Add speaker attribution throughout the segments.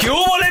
Speaker 1: ¿Qué hubo, le,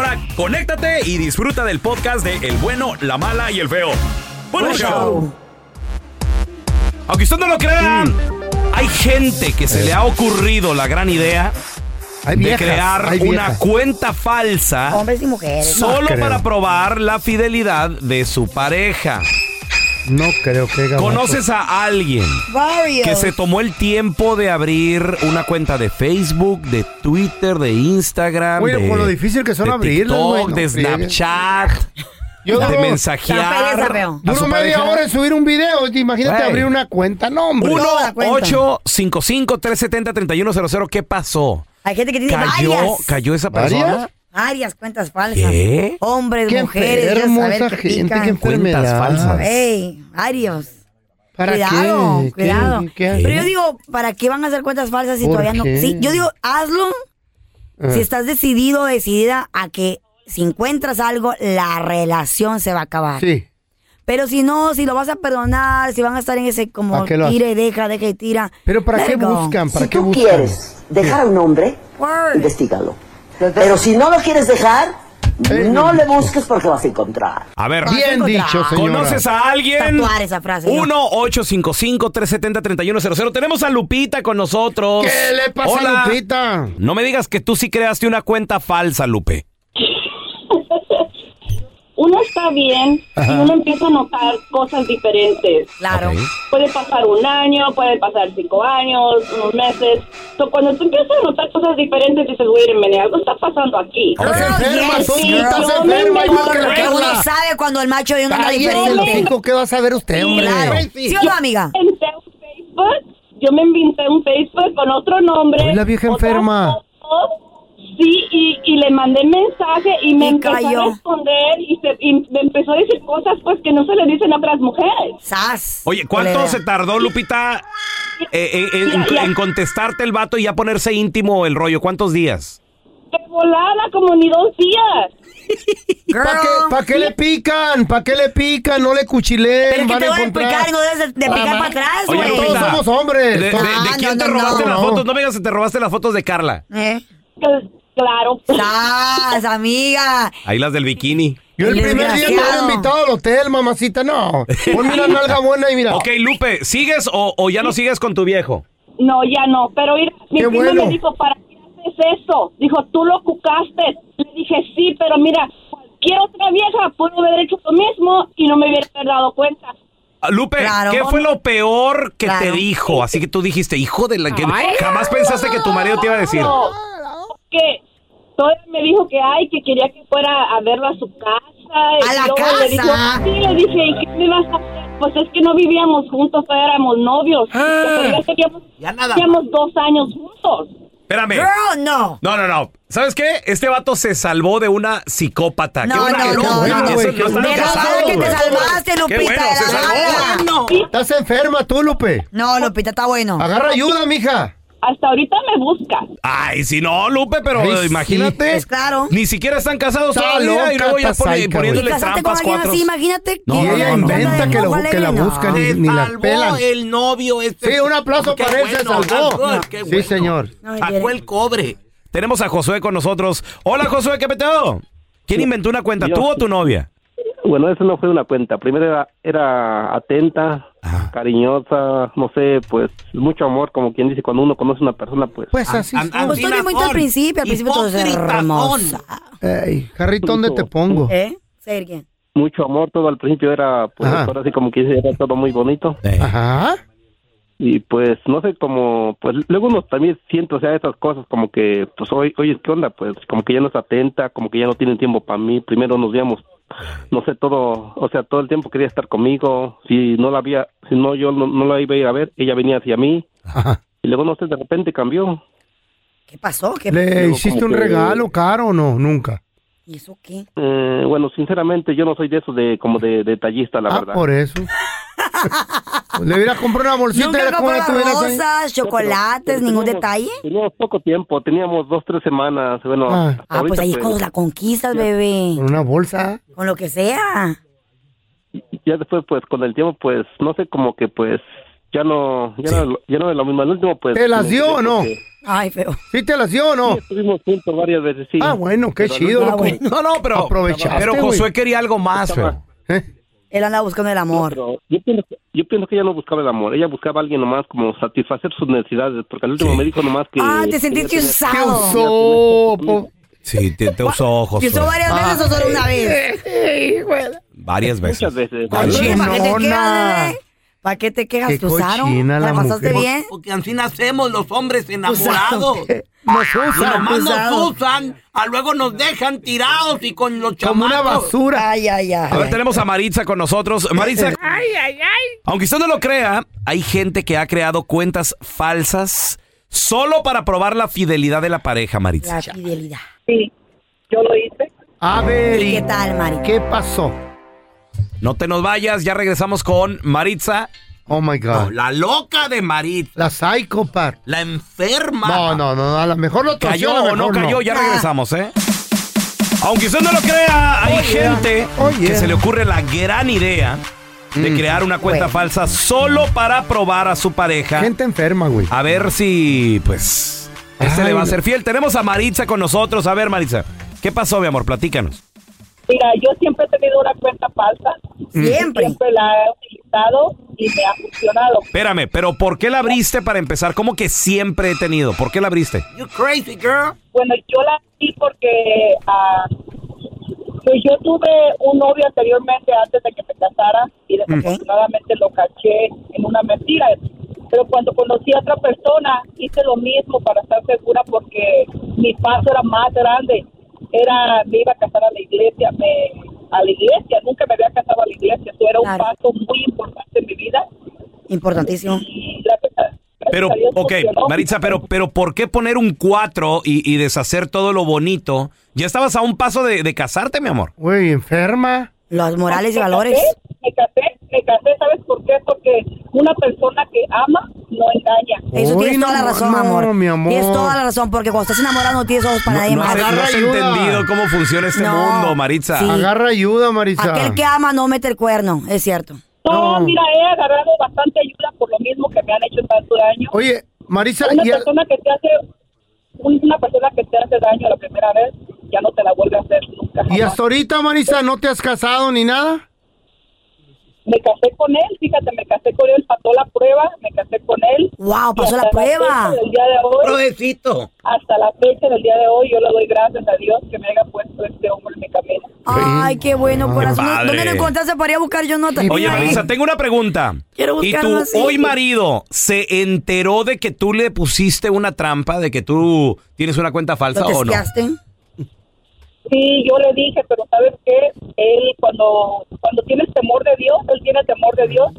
Speaker 1: conéctate y disfruta del podcast de El bueno, la mala y el feo. Buen
Speaker 2: Buen
Speaker 1: show.
Speaker 2: show.
Speaker 1: Aunque usted no lo crea, hay gente que se le ha ocurrido la gran idea
Speaker 2: Hay
Speaker 1: de
Speaker 2: viejas,
Speaker 1: crear
Speaker 2: hay
Speaker 1: una
Speaker 2: viejas. Oh,
Speaker 1: cuenta falsa
Speaker 3: Hombres y mujeres. ¿no?
Speaker 1: solo
Speaker 2: creo.
Speaker 1: para probar la fidelidad de su pareja.
Speaker 2: No creo que haga
Speaker 1: ¿Conoces a alguien
Speaker 3: Varios.
Speaker 1: que se tomó el tiempo de abrir una cuenta de Facebook, de Twitter, de Instagram,
Speaker 2: Oye,
Speaker 1: de,
Speaker 2: por lo difícil que son
Speaker 1: de
Speaker 2: abrirlas,
Speaker 1: TikTok,
Speaker 2: güey, no
Speaker 1: de
Speaker 2: friegues.
Speaker 1: Snapchat,
Speaker 2: Yo
Speaker 1: de
Speaker 2: duro-
Speaker 1: mensajear
Speaker 3: Está feo,
Speaker 1: a
Speaker 2: Duro
Speaker 1: su
Speaker 2: media
Speaker 1: pareja?
Speaker 2: hora en subir un video. Imagínate
Speaker 1: Güey.
Speaker 2: abrir una cuenta. No, hombre.
Speaker 3: Toda la cuenta.
Speaker 1: 1-855-370-3100. ¿Qué pasó?
Speaker 3: Hay gente que tiene
Speaker 1: ¿Cayó,
Speaker 3: varias.
Speaker 1: cayó esa persona?
Speaker 2: ¿Varias?
Speaker 3: Varias cuentas falsas.
Speaker 1: ¿Qué?
Speaker 3: Hombres,
Speaker 2: Qué
Speaker 3: mujeres. ya
Speaker 2: enfermo
Speaker 3: saber
Speaker 2: esa
Speaker 3: qué
Speaker 2: gente,
Speaker 3: pican.
Speaker 2: qué enfermedad.
Speaker 1: Cuentas falsas.
Speaker 3: Ey, varios.
Speaker 2: ¿Para
Speaker 3: cuidado,
Speaker 2: qué? ¿Qué-
Speaker 3: cuidado.
Speaker 2: qué hay?
Speaker 3: Pero yo digo, ¿para qué van a hacer cuentas falsas si
Speaker 2: ¿Por
Speaker 3: todavía no?
Speaker 2: qué?
Speaker 3: Sí, yo digo, hazlo
Speaker 2: Ah.
Speaker 3: si estás decidido o decidida a que si encuentras algo, la relación se va a acabar.
Speaker 2: Sí.
Speaker 3: Pero si no, si lo vas a perdonar, si van a estar en ese como
Speaker 2: ¿Para qué lo
Speaker 3: tira y deja, deja y tira.
Speaker 2: Pero ¿para
Speaker 3: Let
Speaker 2: qué
Speaker 3: it go.
Speaker 2: buscan? ¿Para
Speaker 4: si
Speaker 2: qué
Speaker 4: tú
Speaker 2: buscan?
Speaker 4: quieres dejar a un hombre,
Speaker 3: Word.
Speaker 4: investigalo. Pero si no lo quieres dejar, no le busques porque vas a encontrar.
Speaker 1: A ver,
Speaker 2: Bien
Speaker 3: Encontrar.
Speaker 2: dicho, señora.
Speaker 1: ¿conoces a alguien?
Speaker 3: Tatuar esa frase, ¿no?
Speaker 1: 1-855-370-3100. Tenemos a Lupita con nosotros.
Speaker 2: ¿Qué le pasa
Speaker 1: Hola.
Speaker 2: a Lupita?
Speaker 1: No me digas que tú sí creaste una cuenta falsa, Lupe.
Speaker 5: Uno está bien y uno empieza a notar cosas diferentes.
Speaker 3: Claro.
Speaker 1: Ok.
Speaker 5: Puede pasar un año, puede pasar cinco años, unos meses. So, cuando tú empiezas a notar cosas diferentes, dices, wait a minute, algo está pasando aquí.
Speaker 3: Girl,
Speaker 2: Estás enferma,
Speaker 3: yes,
Speaker 2: tú
Speaker 3: girl.
Speaker 2: estás
Speaker 5: Yo me
Speaker 2: enferma, igual que la
Speaker 5: enamoré.
Speaker 3: Uno
Speaker 2: Carla.
Speaker 3: sabe cuando el macho de uno anda
Speaker 2: Cállese el
Speaker 3: diferente.
Speaker 2: hocico, ¿qué va a saber usted, eh, hombre?
Speaker 3: Claro. ¿Sí o no, amiga?
Speaker 5: Yo me inventé un Facebook, yo me inventé un Facebook con otro nombre.
Speaker 2: Ay, la vieja
Speaker 5: otra
Speaker 2: enferma.
Speaker 5: foto. Sí, y, y le mandé mensaje y me
Speaker 3: Y
Speaker 5: empezó
Speaker 3: cayó.
Speaker 5: a responder y, se- y me empezó a decir cosas pues que no se le dicen a otras mujeres.
Speaker 3: Sas.
Speaker 1: Oye, ¿cuánto
Speaker 3: Culebra.
Speaker 1: se tardó, Lupita, eh, eh, en,
Speaker 5: Ya, ya.
Speaker 1: en contestarte el vato y ya ponerse íntimo el rollo? ¿Cuántos días?
Speaker 5: De volada, como ni dos días.
Speaker 3: Girl.
Speaker 2: ¿Para qué, pa' qué le pican? ¿Para qué le pican? No le cuchileen.
Speaker 3: Pero es que
Speaker 2: van
Speaker 3: te van a
Speaker 2: encontrar.
Speaker 3: picar y no debes de, de picar
Speaker 2: Mamá.
Speaker 3: para atrás,
Speaker 1: Oye,
Speaker 3: güey.
Speaker 2: Todos
Speaker 1: Lupita.
Speaker 2: somos
Speaker 1: ¿De,
Speaker 2: hombres.
Speaker 1: de-
Speaker 2: todos-
Speaker 1: de
Speaker 3: Ah,
Speaker 1: quién
Speaker 3: no,
Speaker 1: te
Speaker 3: no,
Speaker 1: robaste
Speaker 3: no.
Speaker 1: las fotos? No me digas que te robaste las fotos de Carla.
Speaker 3: Eh.
Speaker 5: Cl- Claro.
Speaker 3: Sas, amiga.
Speaker 1: Ahí las del bikini.
Speaker 2: Yo el
Speaker 3: El
Speaker 2: primer día me
Speaker 3: desgraciado.
Speaker 2: había invitado al hotel, mamacita. No. Ponme una nalga buena y mira.
Speaker 1: Ok, Lupe, ¿sigues o, o ya no sigues con tu viejo?
Speaker 5: No, ya no. Pero mira, mi
Speaker 2: Qué
Speaker 5: prima
Speaker 2: bueno.
Speaker 5: me dijo, ¿para qué haces eso? Dijo, tú lo cucaste. Le dije, sí, pero mira, cualquier otra vieja pudo haber hecho lo mismo y no me hubiera dado cuenta.
Speaker 1: Ah, Lupe,
Speaker 3: Claro.
Speaker 1: ¿qué fue lo peor que te
Speaker 3: Claro.
Speaker 1: dijo? Así que tú dijiste, hijo de la que jamás pensaste que tu marido te iba a decir.
Speaker 5: No. que todavía me dijo que ay, que quería que fuera a verlo a su casa.
Speaker 3: ¿A
Speaker 5: y
Speaker 3: la
Speaker 5: luego
Speaker 3: casa?
Speaker 5: Le dijo, sí, le dije, ¿y qué me vas a hacer? Pues es que no vivíamos juntos, todavía éramos novios. Pero ya teníamos,
Speaker 2: Ya nada
Speaker 5: teníamos dos años juntos.
Speaker 1: Espérame.
Speaker 3: Girl, no.
Speaker 1: No, no, no. ¿Sabes qué? Este vato se salvó de una psicópata.
Speaker 3: No,
Speaker 1: Qué
Speaker 3: no,
Speaker 1: bueno,
Speaker 3: no,
Speaker 1: güey,
Speaker 3: no,
Speaker 1: eso
Speaker 2: güey, qué
Speaker 1: están
Speaker 2: bueno.
Speaker 3: Pero
Speaker 2: casado,
Speaker 3: sabes que te
Speaker 1: güey.
Speaker 3: salvaste, Lupita,
Speaker 1: Qué bueno,
Speaker 3: de
Speaker 1: se
Speaker 3: la
Speaker 1: salvó.
Speaker 3: gala.
Speaker 2: Estás enferma tú, Lupe.
Speaker 3: No, Lupita, está bueno.
Speaker 2: Agarra ayuda, mija.
Speaker 5: Hasta ahorita me busca.
Speaker 1: Ay, si no, Lupe, pero
Speaker 2: Ay,
Speaker 1: eh,
Speaker 2: sí.
Speaker 1: imagínate.
Speaker 3: Pues claro.
Speaker 1: Ni siquiera están casados
Speaker 2: Está
Speaker 1: todavía y
Speaker 2: loca,
Speaker 1: luego ya
Speaker 2: está
Speaker 1: pone-
Speaker 2: sádica,
Speaker 3: Y
Speaker 1: poniéndole
Speaker 3: casarte con
Speaker 1: trampas
Speaker 3: alguien
Speaker 1: cuatro.
Speaker 3: así, imagínate.
Speaker 1: No,
Speaker 3: que-
Speaker 2: y
Speaker 1: no,
Speaker 2: ella
Speaker 1: no, no,
Speaker 2: inventa
Speaker 1: no,
Speaker 2: que,
Speaker 3: no,
Speaker 2: la, que la
Speaker 3: no.
Speaker 2: buscan y ni la pelan.
Speaker 6: el novio este.
Speaker 2: Sí, un aplauso
Speaker 6: Qué
Speaker 2: para él, se
Speaker 6: bueno,
Speaker 2: salvó.
Speaker 6: that's good, qué
Speaker 2: Sí,
Speaker 6: bueno.
Speaker 2: señor.
Speaker 3: No, no,
Speaker 6: Sacó
Speaker 3: no.
Speaker 6: el cobre.
Speaker 1: Tenemos a Josué con nosotros. Hola, Josué, ¿qué peteo? ¿Quién inventó una cuenta, tú o tu novia?
Speaker 7: Bueno, eso no fue una cuenta. Primero era, era atenta, cariñosa, no sé, pues mucho amor, como quien dice, cuando uno conoce a una persona, pues.
Speaker 2: Pues así.
Speaker 6: An-
Speaker 3: Pues tú eres muy
Speaker 6: antinazón,
Speaker 3: al principio, al principio todo es
Speaker 6: hipócritazón.
Speaker 3: hermosa.
Speaker 2: Ey, Jarrito, ¿dónde te
Speaker 7: Oh.
Speaker 2: pongo?
Speaker 3: ¿Eh? Sergio.
Speaker 7: Mucho amor, todo al principio era, pues
Speaker 2: Ajá.
Speaker 7: ahora sí como quien dice, era todo muy bonito.
Speaker 2: Ajá.
Speaker 7: Y pues, no sé, como, pues luego uno también siente, o sea, esas cosas, como que, pues hoy, oye, ¿qué onda? Pues como que ya no es atenta, como que ya no tienen tiempo para mí. Primero nos veíamos, no sé, todo, o sea, todo el tiempo quería estar conmigo. Si no la había, si no yo no, no la iba a ir a ver, ella venía hacia mí.
Speaker 2: Ajá.
Speaker 7: Y luego, no sé, de repente cambió.
Speaker 3: ¿Qué pasó? ¿Qué...
Speaker 2: ¿Le hiciste un
Speaker 7: que-
Speaker 2: regalo caro o no? Nunca.
Speaker 3: ¿Y eso qué?
Speaker 7: Eh, bueno, sinceramente, yo no soy de esos de como de detallista, la
Speaker 2: Ah,
Speaker 7: verdad.
Speaker 2: por eso. Le hubieras comprado una bolsita y
Speaker 3: ¿Nunca
Speaker 2: la
Speaker 3: compró
Speaker 2: cómo la
Speaker 3: las
Speaker 2: tuvieras ahí.
Speaker 3: rosas, chocolates, ningún detalle?
Speaker 7: Teníamos poco tiempo, teníamos dos, tres semanas. Bueno,
Speaker 2: Ah.
Speaker 7: hasta
Speaker 3: Ah, pues
Speaker 7: ahorita,
Speaker 3: ahí es cuando la conquistas, bebé.
Speaker 2: Con una bolsa.
Speaker 3: Con lo que sea.
Speaker 7: ya después, pues con el tiempo, pues no sé, como que pues ya no, ya, no, ya no es lo mismo. El último, pues.
Speaker 2: ¿Te las
Speaker 7: me
Speaker 2: dio o no?
Speaker 7: enteré
Speaker 3: Ay, feo.
Speaker 2: ¿Sí te las dio o no?
Speaker 7: que Estuvimos juntos varias veces, sí.
Speaker 2: Ah, bueno, qué
Speaker 7: Pero
Speaker 2: chido.
Speaker 7: no-
Speaker 3: Ah,
Speaker 2: loco.
Speaker 3: bueno.
Speaker 1: No, no, pero.
Speaker 2: Aprovechaste,
Speaker 1: Pero
Speaker 2: güey.
Speaker 1: Josué quería algo más, feo.
Speaker 2: ¿Eh?
Speaker 3: Él anda buscando el amor.
Speaker 7: Pero yo pienso, que- yo pienso que ella no buscaba el amor, ella buscaba a alguien nomás como satisfacer sus necesidades, porque al último me dijo nomás que...
Speaker 3: Ah, te
Speaker 7: que
Speaker 3: sentiste
Speaker 7: ella tenía-
Speaker 2: ¿Qué
Speaker 3: usado.
Speaker 2: usó? po-
Speaker 1: Sí, te, te usó,
Speaker 3: ¿Y
Speaker 1: Josué.
Speaker 3: usó varias veces o solo
Speaker 2: Ah,
Speaker 3: una vez?
Speaker 1: Varias veces.
Speaker 7: Muchas veces.
Speaker 2: Cochino.
Speaker 3: ¿Para qué te
Speaker 2: Cochinona.
Speaker 3: quejas, bebé? ¿Para qué te quejas?
Speaker 2: Qué
Speaker 3: ¿Te usaron?
Speaker 2: cochina la
Speaker 3: ¿La pasaste
Speaker 2: mujer.
Speaker 3: bien?
Speaker 6: Porque así nacemos los hombres enamorados.
Speaker 2: Nos
Speaker 6: Y
Speaker 2: usa.
Speaker 6: nomás
Speaker 3: Usado.
Speaker 6: nos usan, a luego nos dejan tirados y con los
Speaker 2: Como una
Speaker 6: chamacos.
Speaker 2: basura.
Speaker 3: Ay, ay, ay.
Speaker 1: A ver, tenemos a Maritza con nosotros. Maritza. Ay, ay, ay. Aunque usted no lo crea, hay gente que ha creado cuentas falsas solo para probar la fidelidad de la pareja, Maritza.
Speaker 3: La fidelidad.
Speaker 5: Sí, yo lo hice.
Speaker 2: A ver,
Speaker 3: ¿Y
Speaker 2: ¿y
Speaker 3: qué tal, Mari?
Speaker 2: qué pasó?
Speaker 1: No te nos vayas, ya regresamos con Maritza.
Speaker 2: Oh my
Speaker 6: No,
Speaker 2: God.
Speaker 6: la loca de Marit,
Speaker 2: La psychopath.
Speaker 6: la enferma.
Speaker 2: No, no, no, a lo mejor lo torció,
Speaker 1: ¿Cayó
Speaker 2: a lo
Speaker 1: o no
Speaker 2: mejor
Speaker 1: cayó? Ya
Speaker 3: Ah.
Speaker 1: regresamos, ¿eh? Aunque usted no lo crea, hay
Speaker 2: Oh, yeah.
Speaker 1: gente
Speaker 2: Oh, yeah.
Speaker 1: que se le ocurre la gran idea
Speaker 2: Mm.
Speaker 1: de crear una cuenta
Speaker 3: Bueno.
Speaker 1: falsa solo para probar a su pareja.
Speaker 2: Gente enferma, güey.
Speaker 1: A ver si, pues, este
Speaker 2: Ay,
Speaker 1: le va a
Speaker 2: no.
Speaker 1: ser fiel. Tenemos a Maritza con nosotros. A ver, Maritza, ¿qué pasó, mi amor? Platícanos.
Speaker 5: Mira, yo siempre he tenido una cuenta falsa.
Speaker 3: Siempre.
Speaker 5: Siempre la he utilizado y me ha funcionado.
Speaker 1: Espérame, pero ¿por qué la abriste para empezar? ¿Cómo que siempre he tenido? ¿Por qué la abriste?
Speaker 6: You crazy girl.
Speaker 5: Bueno, yo la vi porque ah, pues yo tuve un novio anteriormente antes de que me casara
Speaker 6: Mm.
Speaker 5: y desafortunadamente lo caché en una mentira. Pero cuando conocí a otra persona hice lo mismo para estar segura porque mi paso era más grande. Era, me iba a casar a la iglesia, me, a la iglesia, nunca me había casado a la iglesia. Eso era un
Speaker 3: Claro.
Speaker 5: paso muy importante en mi vida.
Speaker 3: Importantísimo.
Speaker 5: Y gracias a- gracias
Speaker 1: Pero,
Speaker 5: a Dios
Speaker 1: ok,
Speaker 5: funcionó.
Speaker 1: Maritza, pero, pero ¿por qué poner un 4 y, y deshacer todo lo bonito? Ya estabas a un paso de, de casarte, mi amor.
Speaker 2: Güey, enferma.
Speaker 3: Los morales y
Speaker 5: Me
Speaker 3: valores.
Speaker 5: casé, ¿Eh? Me casé, me casé, ¿sabes por qué? Porque una persona que ama no engaña.
Speaker 3: Eso
Speaker 2: Uy,
Speaker 3: tienes toda
Speaker 2: no,
Speaker 3: la razón,
Speaker 2: no,
Speaker 3: amor.
Speaker 2: mi amor.
Speaker 3: Tienes toda la razón, porque cuando estás enamorado no tienes ojos para nadie
Speaker 1: No
Speaker 3: más.
Speaker 1: has, no has
Speaker 2: ayuda.
Speaker 1: entendido cómo funciona este
Speaker 3: No.
Speaker 1: mundo, Maritza.
Speaker 3: Sí.
Speaker 2: Agarra ayuda, Marisa.
Speaker 3: Aquel que ama no mete el cuerno, es cierto.
Speaker 5: No,
Speaker 2: No.
Speaker 5: mira, he agarrado bastante ayuda por lo mismo que me han hecho tanto daño.
Speaker 2: Oye, Marisa,
Speaker 5: una
Speaker 2: y a-
Speaker 5: persona que te hace una persona que te hace daño la primera vez ya no te la vuelve a hacer nunca.
Speaker 2: y
Speaker 5: jamás.
Speaker 2: hasta ahorita, Marisa, ¿no te has casado ni nada?
Speaker 5: me casé con él, fíjate, me casé con él, pasó la prueba, me casé con él.
Speaker 3: ¡Wow!
Speaker 5: Y
Speaker 3: Pasó la
Speaker 5: hasta fecha
Speaker 3: prueba.
Speaker 5: del día de hoy,
Speaker 6: Provecito.
Speaker 5: hasta la fecha del día de hoy, yo le doy gracias a Dios que me haya puesto este hombre en mi camino.
Speaker 3: Ay, qué bueno, corazón.
Speaker 1: Ah. padre.
Speaker 3: ¿Dónde lo encontraste para ir a buscar yo no también?
Speaker 1: Oye,
Speaker 3: ahí?
Speaker 1: Marisa, tengo una pregunta.
Speaker 3: Quiero
Speaker 1: ¿Y
Speaker 3: buscarlo
Speaker 1: tu
Speaker 3: así.
Speaker 1: hoy marido se enteró de que tú le pusiste una trampa, de que tú tienes una cuenta falsa
Speaker 3: ¿Lo
Speaker 1: o no?
Speaker 3: testeaste?
Speaker 5: Sí, yo le dije, pero ¿sabes qué? Él, cuando, cuando tienes temor de Dios, él tiene temor de Dios.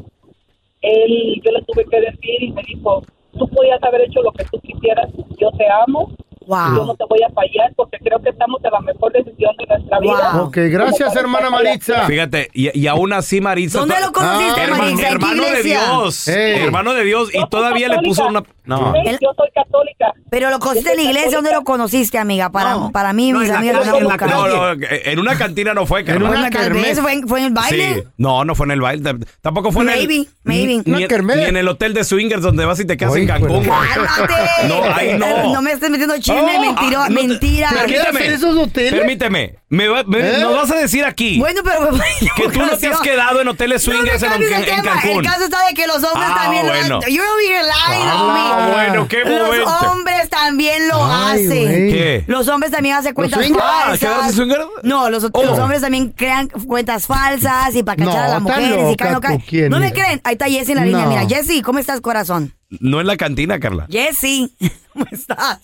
Speaker 5: Él, yo le tuve que decir y me dijo, tú podías haber hecho lo que tú quisieras, yo te amo, yo no
Speaker 3: ¡Wow!
Speaker 5: te voy a fallar porque creo que estamos en la mejor decisión de nuestra
Speaker 3: Wow.
Speaker 5: vida.
Speaker 3: Ok,
Speaker 2: gracias,
Speaker 5: Como
Speaker 2: hermana
Speaker 5: para-
Speaker 2: Maritza.
Speaker 1: Fíjate, y, y aún así Marisa...
Speaker 3: ¿Dónde lo conociste,
Speaker 2: Ah,
Speaker 1: Herma-
Speaker 3: Marisa? ¿En qué
Speaker 1: hermano de
Speaker 3: iglesia?
Speaker 1: Dios.
Speaker 2: Ey.
Speaker 1: Hermano de Dios.
Speaker 5: Yo
Speaker 1: Y
Speaker 5: soy
Speaker 1: todavía le puso una...
Speaker 5: católica.
Speaker 1: No.
Speaker 5: Sí, Yo soy católica.
Speaker 3: Pero lo conociste en la iglesia, ¿dónde lo conociste, amiga? Para,
Speaker 6: No,
Speaker 3: para mí,
Speaker 6: no,
Speaker 3: mis
Speaker 6: en la
Speaker 3: amigas
Speaker 6: calle,
Speaker 3: lo van a
Speaker 6: en la
Speaker 3: buscar.
Speaker 1: No,
Speaker 6: calle.
Speaker 1: no, en una cantina no fue, carnal.
Speaker 2: una
Speaker 3: Bueno, tal
Speaker 2: kermés.
Speaker 3: vez fue en, fue en el baile.
Speaker 1: Sí. No, no fue en el baile. T- Tampoco fue en el.
Speaker 3: Maybe, maybe.
Speaker 1: Ni,
Speaker 2: Una kermés.
Speaker 1: ni en el hotel de swingers donde vas y te quedas
Speaker 2: Oye,
Speaker 1: en Cancún.
Speaker 2: pues.
Speaker 1: güey.
Speaker 3: ¡Cálmate!
Speaker 1: No, ahí no.
Speaker 3: Eh, No me estés metiendo chisme,
Speaker 1: No,
Speaker 3: mentiro-
Speaker 1: ah, no te-
Speaker 3: mentira.
Speaker 2: ¿Qué hacen esos hoteles?
Speaker 1: Permíteme. Me, va- me-
Speaker 2: ¿Eh?
Speaker 1: Nos vas a decir aquí
Speaker 3: Bueno, pero...
Speaker 1: que tú no te has quedado en hoteles swingers
Speaker 3: no,
Speaker 1: en-
Speaker 3: no cambies
Speaker 1: en,
Speaker 3: el
Speaker 1: en
Speaker 3: tema.
Speaker 1: Cancún.
Speaker 3: El caso está de que los hombres
Speaker 1: Ah,
Speaker 3: también
Speaker 1: bueno.
Speaker 3: lo hacen. You're over here lying on
Speaker 1: Ah,
Speaker 3: me.
Speaker 1: bueno, qué
Speaker 3: Los
Speaker 1: momento.
Speaker 3: hombres también lo
Speaker 2: Ay,
Speaker 3: hacen.
Speaker 2: güey.
Speaker 1: ¿Qué?
Speaker 3: Los hombres también hacen cuentas
Speaker 2: swingers?
Speaker 1: Ah,
Speaker 3: falsas.
Speaker 1: ¿quedarse swinger?
Speaker 3: No, los,
Speaker 1: Oh.
Speaker 3: los hombres también crean cuentas falsas y para cachar a
Speaker 2: No,
Speaker 3: las
Speaker 2: tan
Speaker 3: mujeres y
Speaker 2: loca
Speaker 3: caen, no caen.
Speaker 2: tú, ¿quién
Speaker 3: ¿No me
Speaker 2: eres?
Speaker 3: creen? Ahí está Jessy en la línea.
Speaker 2: No.
Speaker 3: Mira, Jessy, ¿cómo estás, corazón?
Speaker 1: No en la cantina, Carla.
Speaker 3: Jessy, ¿cómo estás?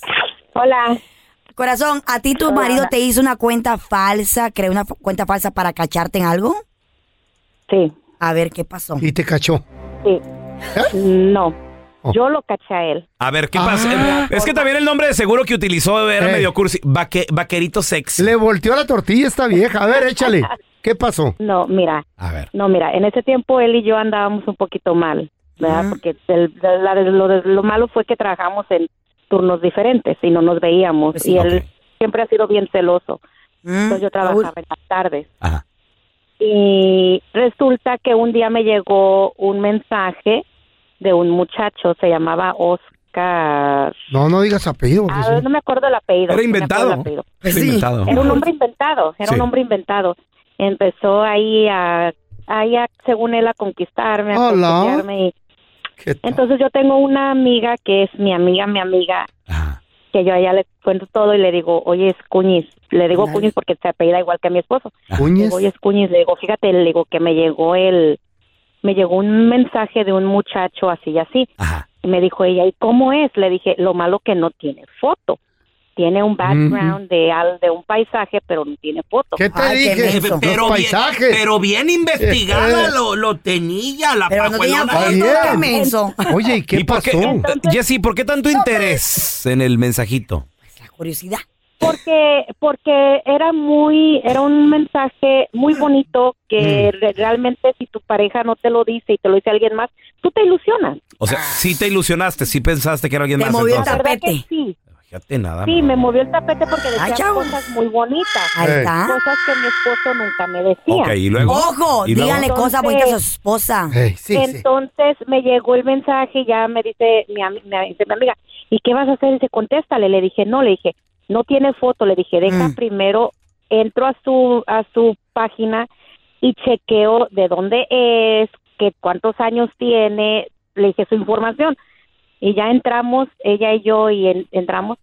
Speaker 5: Hola.
Speaker 3: Corazón, ¿a ti tu marido te hizo una cuenta falsa? ¿Creó una fu- cuenta falsa para cacharte en algo?
Speaker 8: Sí,
Speaker 3: A ver, ¿qué pasó?
Speaker 2: Y te cachó.
Speaker 8: sí.
Speaker 3: ¿Eh?
Speaker 8: No,
Speaker 3: Oh.
Speaker 8: yo lo caché a él.
Speaker 1: A ver, ¿qué
Speaker 3: Ah,
Speaker 1: pasa? Es que también el nombre de seguro que utilizó era
Speaker 2: Eh.
Speaker 1: medio cursi. Vaque- vaquerito sexy.
Speaker 2: Le volteó la tortilla esta vieja. A ver, échale. ¿Qué pasó?
Speaker 8: No, mira,
Speaker 1: A ver.
Speaker 8: no, mira, en ese tiempo él y yo andábamos un poquito mal, ¿verdad? Porque el- la- lo, lo malo fue que trabajamos en turnos diferentes y no nos veíamos.
Speaker 3: Pues sí,
Speaker 8: y él
Speaker 1: ok.
Speaker 8: siempre ha sido bien celoso.
Speaker 3: Mm,
Speaker 8: Entonces yo
Speaker 3: Raúl,
Speaker 8: trabajaba en las tardes.
Speaker 1: Ajá.
Speaker 8: Y resulta que un día me llegó un mensaje de un muchacho, se llamaba Oscar.
Speaker 2: No, no digas apellido. porque
Speaker 8: Ah,
Speaker 2: sí.
Speaker 8: no me acuerdo el apellido.
Speaker 1: Era
Speaker 8: no me acuerdo
Speaker 1: inventado.
Speaker 8: el apellido.
Speaker 3: Pues
Speaker 1: Era
Speaker 3: sí.
Speaker 1: inventado.
Speaker 8: Era un hombre inventado, era
Speaker 1: Sí.
Speaker 8: un hombre inventado. Empezó ahí a, ahí a, según él, a conquistarme, a
Speaker 2: Hola.
Speaker 8: conquistarme. y-
Speaker 2: ¿Qué tal?
Speaker 8: Entonces yo tengo una amiga que es mi amiga, mi amiga,
Speaker 1: Ajá.
Speaker 8: que yo a ella le cuento todo y le digo, oye, es Cuñiz. Le digo
Speaker 3: Nice.
Speaker 8: Cuñiz porque se apellida igual que a mi esposo. Le
Speaker 2: Cuñes.
Speaker 8: digo, oye, es Cuñiz. Le digo, fíjate, le digo que me llegó el... Me llegó un mensaje de un muchacho así y así.
Speaker 1: Ajá.
Speaker 8: Y me dijo ella, ¿y cómo es? Le dije, lo malo que no tiene foto. Tiene
Speaker 2: Mm,
Speaker 8: un background de, al- de un paisaje, pero no tiene foto.
Speaker 2: ¿Qué te
Speaker 3: Ay, qué
Speaker 2: dije?
Speaker 3: menso.
Speaker 2: Los
Speaker 6: Pero bien,
Speaker 2: paisajes.
Speaker 6: pero bien
Speaker 2: Eh, eh.
Speaker 6: investigada lo, lo tenía la
Speaker 3: Pero no tenía
Speaker 6: pajuelona
Speaker 3: foto,
Speaker 2: Bien.
Speaker 3: qué menso. pues.
Speaker 2: Oye, ¿y qué
Speaker 1: ¿Y por
Speaker 2: pasó?
Speaker 1: qué- Jessy, ¿por qué tanto interés en el mensajito?
Speaker 3: La curiosidad.
Speaker 8: Porque, porque era muy, era un mensaje muy
Speaker 1: Mm.
Speaker 8: bonito que re- realmente si tu pareja no te lo dice y te lo dice alguien más, tú te ilusionas.
Speaker 1: O sea, sí te ilusionaste, sí pensaste que era alguien
Speaker 3: Te
Speaker 1: más.
Speaker 3: movió
Speaker 8: La
Speaker 1: entonces. Ah,
Speaker 8: verdad que
Speaker 3: Tapete.
Speaker 8: sí,
Speaker 1: Fíjate nada.
Speaker 8: sí,
Speaker 1: más.
Speaker 8: me movió el tapete porque decía
Speaker 3: chavos.
Speaker 8: cosas muy bonitas,
Speaker 3: Ahí
Speaker 2: Eh.
Speaker 3: está.
Speaker 8: cosas que mi esposo nunca me decía.
Speaker 1: Ok, y luego.
Speaker 3: Ojo,
Speaker 1: y luego-
Speaker 3: díganle cosas
Speaker 8: Entonces-
Speaker 3: bonitas a su esposa.
Speaker 2: Ey, sí, sí.
Speaker 8: Entonces me llegó el mensaje y ya me dice mi, ami- mi, dice mi amiga, ¿y qué vas a hacer? Dice, contéstale. Le dije, no, le dije, no tiene foto. Le dije, deja
Speaker 3: Mm.
Speaker 8: primero, entro a su, a su página y chequeo de dónde es, que cuántos años tiene, le dije su información. Y ya entramos, ella y yo, y en- entramos.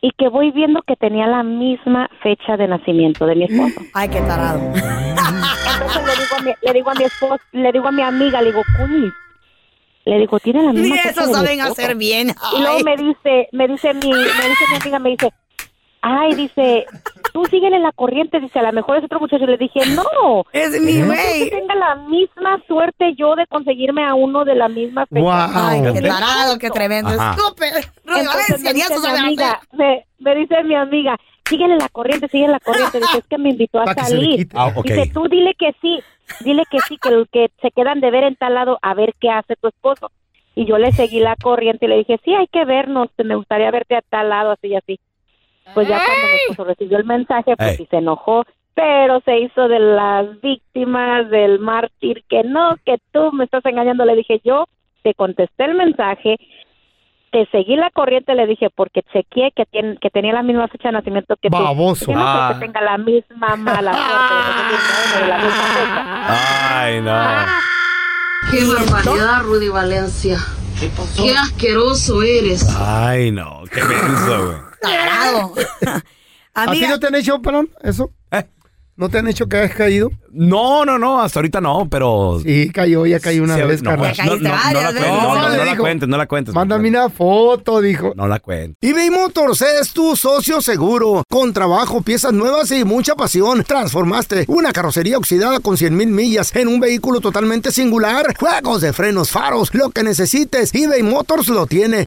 Speaker 8: Y que voy viendo que tenía la misma fecha de nacimiento de mi esposo.
Speaker 3: Ay, qué tarado.
Speaker 8: Entonces le digo a mi, le digo a mi esposo, le digo a mi amiga, le digo, Cuy, le digo, tiene la misma
Speaker 3: Ni
Speaker 8: fecha
Speaker 3: eso
Speaker 8: de mi
Speaker 3: saben
Speaker 8: esposo".
Speaker 3: hacer bien.
Speaker 8: Y luego me dice, me dice mi, me dice mi amiga, me dice, ay, dice, tú síguele la corriente, dice, a lo mejor es otro muchacho. Le dije, no,
Speaker 3: Es mi güey.
Speaker 8: que tenga la misma suerte yo de conseguirme a uno de la misma fecha.
Speaker 3: Ay, qué
Speaker 2: Wow.
Speaker 3: tarado, qué tremendo.
Speaker 1: Ajá.
Speaker 3: Escupe.
Speaker 8: Entonces
Speaker 3: Valencia,
Speaker 8: me
Speaker 3: ni
Speaker 8: dice,
Speaker 3: eso
Speaker 8: mi
Speaker 3: saben hacer.
Speaker 8: amiga, me, me dice mi amiga, síguele la corriente, síguele la corriente. Dice, es que me invitó a
Speaker 2: Para que se le
Speaker 8: salir.
Speaker 2: quite.
Speaker 1: Ah, ok.
Speaker 8: Dice, tú dile que sí, dile que sí, que, que se quedan de ver en tal lado a ver qué hace tu esposo. Y yo le seguí la corriente y le dije, sí, hay que vernos, me gustaría verte a tal lado, así y así. Pues ya cuando mi esposo recibió el mensaje, pues
Speaker 1: Ey.
Speaker 8: sí se enojó, pero se hizo de las víctimas, del mártir, que no, que tú me estás engañando. Le dije, yo te contesté el mensaje, te seguí la corriente, le dije, porque chequeé que, tiene, que tenía la misma fecha de nacimiento que
Speaker 2: Baboso.
Speaker 8: tú. Yo no creo
Speaker 1: Ah.
Speaker 8: que tenga la misma mala suerte. la misma fecha.
Speaker 1: Ay, no.
Speaker 9: Qué barbaridad, Rudy Valencia. ¿Qué asqueroso eres.
Speaker 1: Ay, no. Qué menso, güey.
Speaker 2: ¿A ti
Speaker 3: Amiga-
Speaker 2: no te han hecho, pelón, eso? ¿No te han hecho que hayas caído?
Speaker 1: ¿Eh? No, no, no. Hasta ahorita no, pero.
Speaker 2: Sí, cayó, ya cayó una
Speaker 1: Sí,
Speaker 2: vez,
Speaker 1: no,
Speaker 2: carnal.
Speaker 1: no, no, no, no la cuentes, no, no, no la cuentes, no la cuentes.
Speaker 2: Mándame una foto, dijo.
Speaker 1: No la cuentes.
Speaker 2: eBay Motors es tu socio seguro. Con trabajo, piezas nuevas y mucha pasión, transformaste una carrocería oxidada con 100 mil millas en un vehículo totalmente singular. Juegos de frenos, faros, lo que necesites, eBay Motors lo tiene.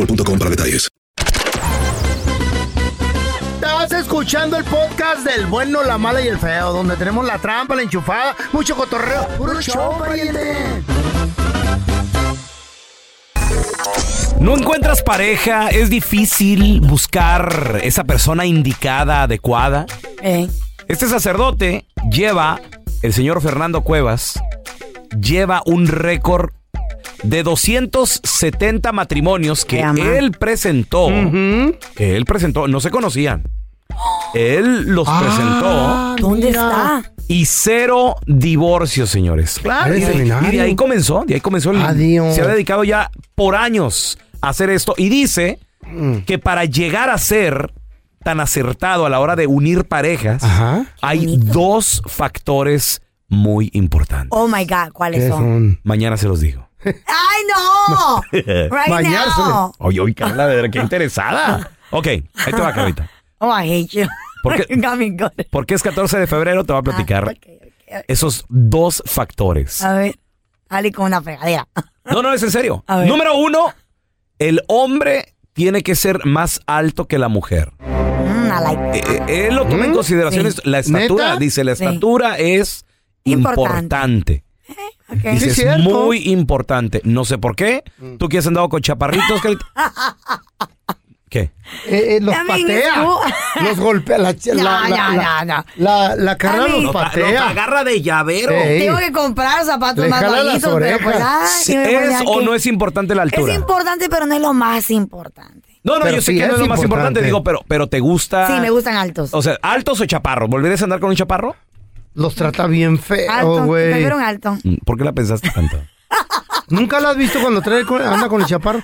Speaker 10: para detalles.
Speaker 2: Estás escuchando el podcast del bueno, la mala y el feo, donde tenemos la trampa, la enchufada, mucho cotorreo. ¡Puro show, pariente!
Speaker 1: No encuentras pareja, es difícil buscar esa persona indicada, adecuada. Este sacerdote lleva, el señor Fernando Cuevas, lleva un récord de 270 matrimonios que él presentó, que él presentó, no se conocían. Él los
Speaker 3: Ah,
Speaker 2: Ah.
Speaker 1: presentó.
Speaker 3: ¿Dónde está?
Speaker 1: Y cero divorcios, señores.
Speaker 2: Claro.
Speaker 1: Y de,
Speaker 2: Seminario.
Speaker 1: y de ahí comenzó, de ahí comenzó el. Se ha dedicado ya por años a hacer esto. Y dice que para llegar a ser tan acertado a la hora de unir parejas, hay dos factores muy importantes.
Speaker 3: Oh my God, ¿cuáles son?
Speaker 1: Mañana se los digo.
Speaker 3: ¡Ay, no! Right now.
Speaker 1: Oye, oye, Carla, de verdad, qué interesada. Ok, ahí te va, Carlita.
Speaker 3: Oh, I hate you.
Speaker 1: ¿Por qué?
Speaker 3: Got me Ah, good.
Speaker 1: Porque es 14 de febrero, te voy a platicar esos dos factores.
Speaker 3: A ver, Ali con una fregadera.
Speaker 1: No, no, es en serio.
Speaker 3: A ver.
Speaker 1: Número uno, el hombre tiene que ser más alto que la mujer.
Speaker 3: Mm,
Speaker 1: Eh, eh, él lo toma en
Speaker 6: Mm,
Speaker 1: consideración.
Speaker 6: sí.
Speaker 1: esto. La estatura,
Speaker 6: ¿Neta?
Speaker 1: dice, la
Speaker 6: Sí.
Speaker 1: estatura es importante.
Speaker 6: Importante.
Speaker 1: Dice, es muy importante. No sé por qué.
Speaker 2: Mm.
Speaker 1: Tú que has andado con chaparritos. Carlita? ¿Qué?
Speaker 2: Eh, eh, los
Speaker 3: Ya vienes
Speaker 2: patea.
Speaker 3: tú.
Speaker 2: Los golpea. La,
Speaker 3: No,
Speaker 2: la, la,
Speaker 3: no,
Speaker 2: la,
Speaker 3: no, no.
Speaker 2: la- la Carla
Speaker 3: Ay,
Speaker 2: los
Speaker 3: no,
Speaker 2: patea.
Speaker 1: no, agarra de llavero. Ey.
Speaker 3: Tengo que comprar zapatos
Speaker 1: Le
Speaker 3: más
Speaker 1: jala las
Speaker 3: bajitos, pero pues,
Speaker 1: orejas.
Speaker 3: ay,
Speaker 1: Sí,
Speaker 3: me voy a
Speaker 1: ¿Es
Speaker 3: dar
Speaker 1: o
Speaker 3: que-
Speaker 1: no es importante la altura?
Speaker 3: Es importante, pero no es lo más importante.
Speaker 1: no, no,
Speaker 2: Pero
Speaker 1: yo sé
Speaker 2: sí
Speaker 1: que no
Speaker 2: es
Speaker 1: es lo más importante.
Speaker 2: importante.
Speaker 1: Digo, pero, pero te gusta.
Speaker 3: Sí, me gustan altos.
Speaker 1: O sea, ¿altos o chaparros? ¿Volverías a andar con un chaparro?
Speaker 2: Los trata bien
Speaker 3: Alto,
Speaker 2: feo,
Speaker 3: me
Speaker 2: güey.
Speaker 3: vieron alto.
Speaker 1: Mm, ¿Por qué la pensaste tanto?
Speaker 2: Nunca la has visto cuando trae, con- anda con el chaparro.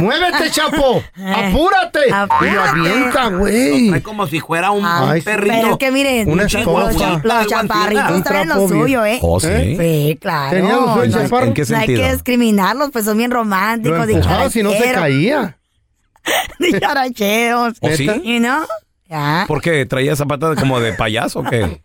Speaker 2: ¡Muévete, chapo! ¡Apúrate!
Speaker 3: Eh.
Speaker 2: Y lo avienta, güey.
Speaker 6: Es como si fuera un, un
Speaker 2: Ay, sí.
Speaker 6: perrito.
Speaker 3: Pero es que miren,
Speaker 2: Una
Speaker 3: los,
Speaker 2: escoba.
Speaker 3: cha-
Speaker 2: Algo
Speaker 3: los
Speaker 2: así, un
Speaker 3: chaparritos traen lo
Speaker 2: trapo bien.
Speaker 3: suyo, ¿eh?
Speaker 2: Oh, ¿sí?
Speaker 3: Sí, claro.
Speaker 2: ¿Tenía lo suyo el
Speaker 3: no hay-
Speaker 2: chaparro? ¿En qué
Speaker 3: No hay
Speaker 2: sentido?
Speaker 3: que discriminarlos, pues son bien
Speaker 2: Lo
Speaker 3: románticos. de
Speaker 2: empujaba si no se
Speaker 3: charachero.
Speaker 2: caía.
Speaker 3: de characheros.
Speaker 2: ¿Oh,
Speaker 1: ¿O sí?
Speaker 3: You know? Ya.
Speaker 1: ¿Por qué? ¿Traía zapatas como de payaso o qué?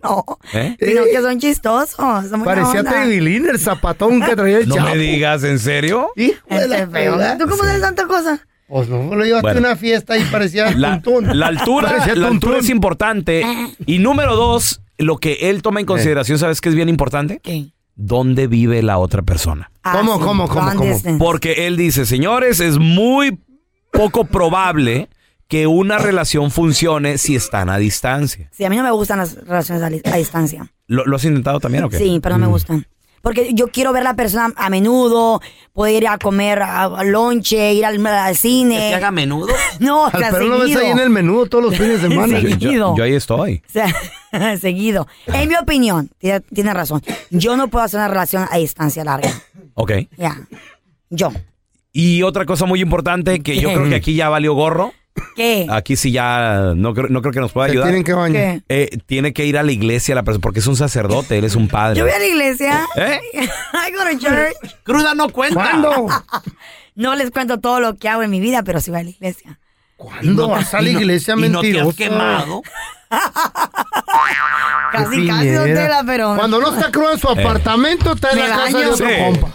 Speaker 3: No.
Speaker 1: ¿Eh?
Speaker 3: Sino que son chistosos. Son buena
Speaker 2: Parecía
Speaker 3: onda.
Speaker 2: Tevilín el zapatón que traía el
Speaker 1: No
Speaker 2: chapo.
Speaker 1: me digas, ¿en serio?
Speaker 3: Este feo. ¿Tú cómo sabes tanta cosa?
Speaker 2: Pues no, lo llevaste
Speaker 1: Bueno.
Speaker 2: a una fiesta y parecía
Speaker 1: La,
Speaker 2: tuntún.
Speaker 1: la altura,
Speaker 2: Parecía
Speaker 1: la
Speaker 2: tuntún.
Speaker 1: altura es importante. Y número dos, lo que él
Speaker 2: Eh.
Speaker 1: toma en consideración, ¿sabes qué es bien importante? ¿Dónde vive la otra persona?
Speaker 2: ¿Cómo, cómo, cómo, cómo?
Speaker 1: Porque él dice, señores, es muy poco probable que una relación funcione si están a distancia.
Speaker 3: Sí, a mí no me gustan las relaciones a, li- a distancia.
Speaker 1: ¿Lo, lo has intentado también o qué?
Speaker 2: Mm.
Speaker 3: Sí, pero no me gustan. Porque yo quiero ver a la persona a menudo, poder ir a comer a, a lonche, ir al, al cine.
Speaker 6: ¿Que haga menudo?
Speaker 3: No, o
Speaker 2: Al
Speaker 3: sea,
Speaker 2: perro lo ves
Speaker 3: seguido.
Speaker 2: ahí en el menú todos los fines de semana.
Speaker 3: Seguido.
Speaker 1: Yo, yo ahí estoy.
Speaker 3: O sea, seguido. En mi opinión, tiene tiene razón. Yo no puedo hacer una relación a distancia larga.
Speaker 1: Ok.
Speaker 3: Ya. Yo.
Speaker 1: Y otra cosa muy importante que yo
Speaker 3: ¿Qué?
Speaker 1: creo que aquí ya valió gorro.
Speaker 3: ¿Qué?
Speaker 1: Aquí sí ya no creo, no creo que nos pueda
Speaker 2: Se
Speaker 1: ayudar.
Speaker 2: tienen que bañar.
Speaker 1: Eh, tiene que ir a la iglesia la persona porque es un sacerdote, él es un padre.
Speaker 3: Yo voy a la iglesia.
Speaker 1: ¿Eh?
Speaker 3: I go to church.
Speaker 6: Cruda no cuenta.
Speaker 2: ¿Cuándo?
Speaker 3: no les cuento todo lo que hago en mi vida, pero sí voy a la iglesia.
Speaker 2: ¿Cuándo vas a la
Speaker 6: y no-
Speaker 2: iglesia
Speaker 6: y no te has
Speaker 2: mentirosa?
Speaker 6: quemado.
Speaker 3: Casi, casi,
Speaker 2: piñera.
Speaker 3: don Tela, pero...
Speaker 2: Cuando no está crudo en su
Speaker 1: Eh.
Speaker 2: apartamento, está en
Speaker 3: Me
Speaker 2: la casa de
Speaker 3: baño.
Speaker 2: otro
Speaker 1: Sí.
Speaker 2: compa.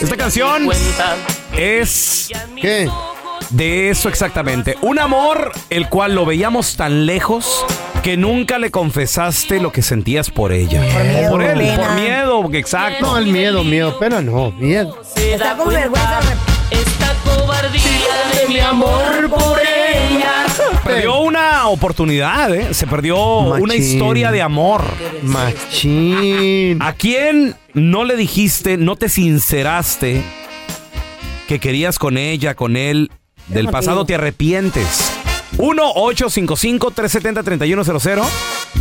Speaker 1: Esta canción es
Speaker 2: ¿Qué?
Speaker 1: de eso exactamente. Un amor el cual lo veíamos tan lejos que nunca le confesaste lo que sentías por ella.
Speaker 3: miedo,
Speaker 1: O por él,
Speaker 3: pena.
Speaker 1: por miedo, porque exacto.
Speaker 2: No, el miedo, miedo, pero no, miedo.
Speaker 3: Está con vergüenza.
Speaker 9: Esta cobardía de mi amor por ella.
Speaker 1: Perdió una oportunidad, ¿eh? se perdió una
Speaker 2: Machín.
Speaker 1: historia de amor.
Speaker 2: Machín.
Speaker 1: ¿A quién no le dijiste, no te sinceraste que querías con ella, con él? Del
Speaker 3: motivo?
Speaker 1: pasado te arrepientes. 1-855-370-3100.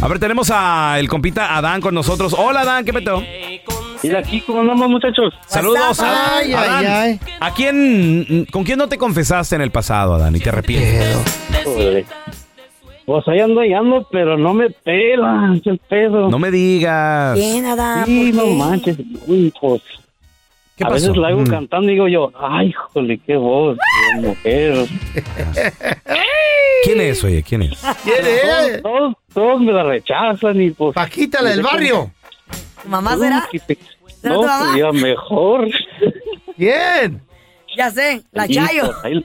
Speaker 1: A ver, tenemos a el compita Adán con nosotros. Hola, Adán, ¿qué peteo?
Speaker 7: Y aquí, ¿cómo andamos, muchachos?
Speaker 1: Saludos,
Speaker 3: up,
Speaker 1: Adán.
Speaker 2: Ay, ay,
Speaker 1: Adán,
Speaker 2: ay.
Speaker 1: ¿A quién, con quién no te confesaste en el pasado, Adán, y te arrepientes?
Speaker 7: Pues ahí ando, ahí ando, pero no me pelan, el pedo.
Speaker 1: No me digas.
Speaker 3: Bien, Adán.
Speaker 7: sí,
Speaker 3: ¿por
Speaker 7: no
Speaker 3: qué?
Speaker 7: manches. Uy, pues,
Speaker 1: ¿Qué
Speaker 7: a
Speaker 1: pasó?
Speaker 7: veces la hago
Speaker 1: Mm.
Speaker 7: cantando y digo yo, ay, jole, qué voz, qué mujer.
Speaker 1: ¿Quién es, oye? ¿Quién es?
Speaker 2: ¿Quién es?
Speaker 7: Todos, todos me la rechazan y pues...
Speaker 2: Paquita, la del barrio.
Speaker 3: ¿Tu mamá
Speaker 7: uy,
Speaker 3: será?
Speaker 7: que te-
Speaker 3: ¿Será
Speaker 7: No,
Speaker 3: tu mamá?
Speaker 7: sería mejor.
Speaker 2: ¿Quién?
Speaker 3: Ya sé, la
Speaker 7: Y,
Speaker 3: Chayo.
Speaker 7: pues, ahí-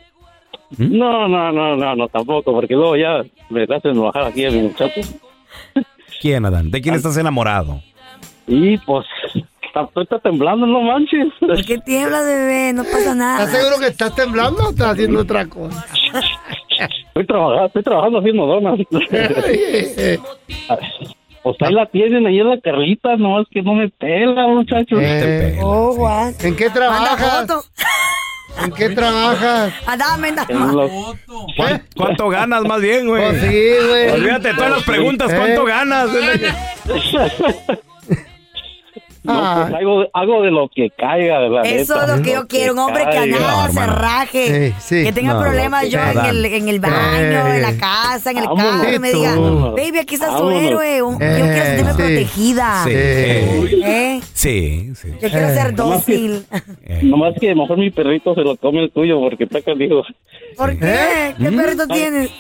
Speaker 1: ¿Mm?
Speaker 7: No, no, no, no, no, tampoco, porque luego ya me hacen enojar aquí a mi muchacho.
Speaker 1: ¿Quién, Adán? ¿De quién estás enamorado?
Speaker 7: Y pues, está, está temblando, no manches.
Speaker 3: ¿Por qué tiemblas, bebé? No pasa
Speaker 2: ¿Estás
Speaker 3: nada.
Speaker 2: seguro que estás temblando o estás haciendo otra cosa?
Speaker 7: Estoy trabajando, ah, estoy trabajando haciendo donas. Pues ahí la tienen, ahí es la Carlita, no, es que no me pela, muchachos.
Speaker 2: Eh.
Speaker 1: Te pela,
Speaker 3: Oh,
Speaker 1: sí.
Speaker 3: guas.
Speaker 2: ¿En qué
Speaker 3: Manda
Speaker 2: trabajas?
Speaker 3: foto.
Speaker 2: ¿En qué trabajas?
Speaker 3: Adán, manda
Speaker 7: En los-
Speaker 2: ¿Eh?
Speaker 1: ¿Cuánto ganas más bien, güey?
Speaker 2: Pues sí, güey.
Speaker 1: Olvídate de todas las preguntas,
Speaker 2: Eh.
Speaker 1: ¿cuánto ganas?
Speaker 7: no, pues,
Speaker 2: Ah.
Speaker 7: hago, hago de lo que caiga, la
Speaker 3: Eso es
Speaker 7: neta.
Speaker 3: lo que yo quiero, un hombre que a
Speaker 7: caiga.
Speaker 3: nada
Speaker 1: No,
Speaker 3: se
Speaker 1: hermano.
Speaker 3: raje.
Speaker 2: Sí, sí.
Speaker 3: que tenga
Speaker 1: No,
Speaker 3: problemas yo en
Speaker 1: Adán.
Speaker 3: el, en el baño,
Speaker 2: Eh.
Speaker 3: en la casa, en el
Speaker 7: Vámonos.
Speaker 3: carro, que me diga,
Speaker 2: Vámonos.
Speaker 3: baby, aquí está su
Speaker 7: Vámonos.
Speaker 3: héroe. un-
Speaker 2: Eh,
Speaker 3: Yo quiero sentirme
Speaker 2: sí.
Speaker 3: protegida.
Speaker 1: Sí,
Speaker 2: Eh.
Speaker 3: ¿Eh?
Speaker 1: sí, sí.
Speaker 3: Yo quiero ser dócil.
Speaker 1: Eh.
Speaker 7: Nomás que a lo mejor mi perrito se lo come el tuyo, porque Paca dijo,
Speaker 3: ¿Por
Speaker 2: ¿Eh?
Speaker 3: qué?
Speaker 7: ¿Mm?
Speaker 3: ¿Qué perrito tienes?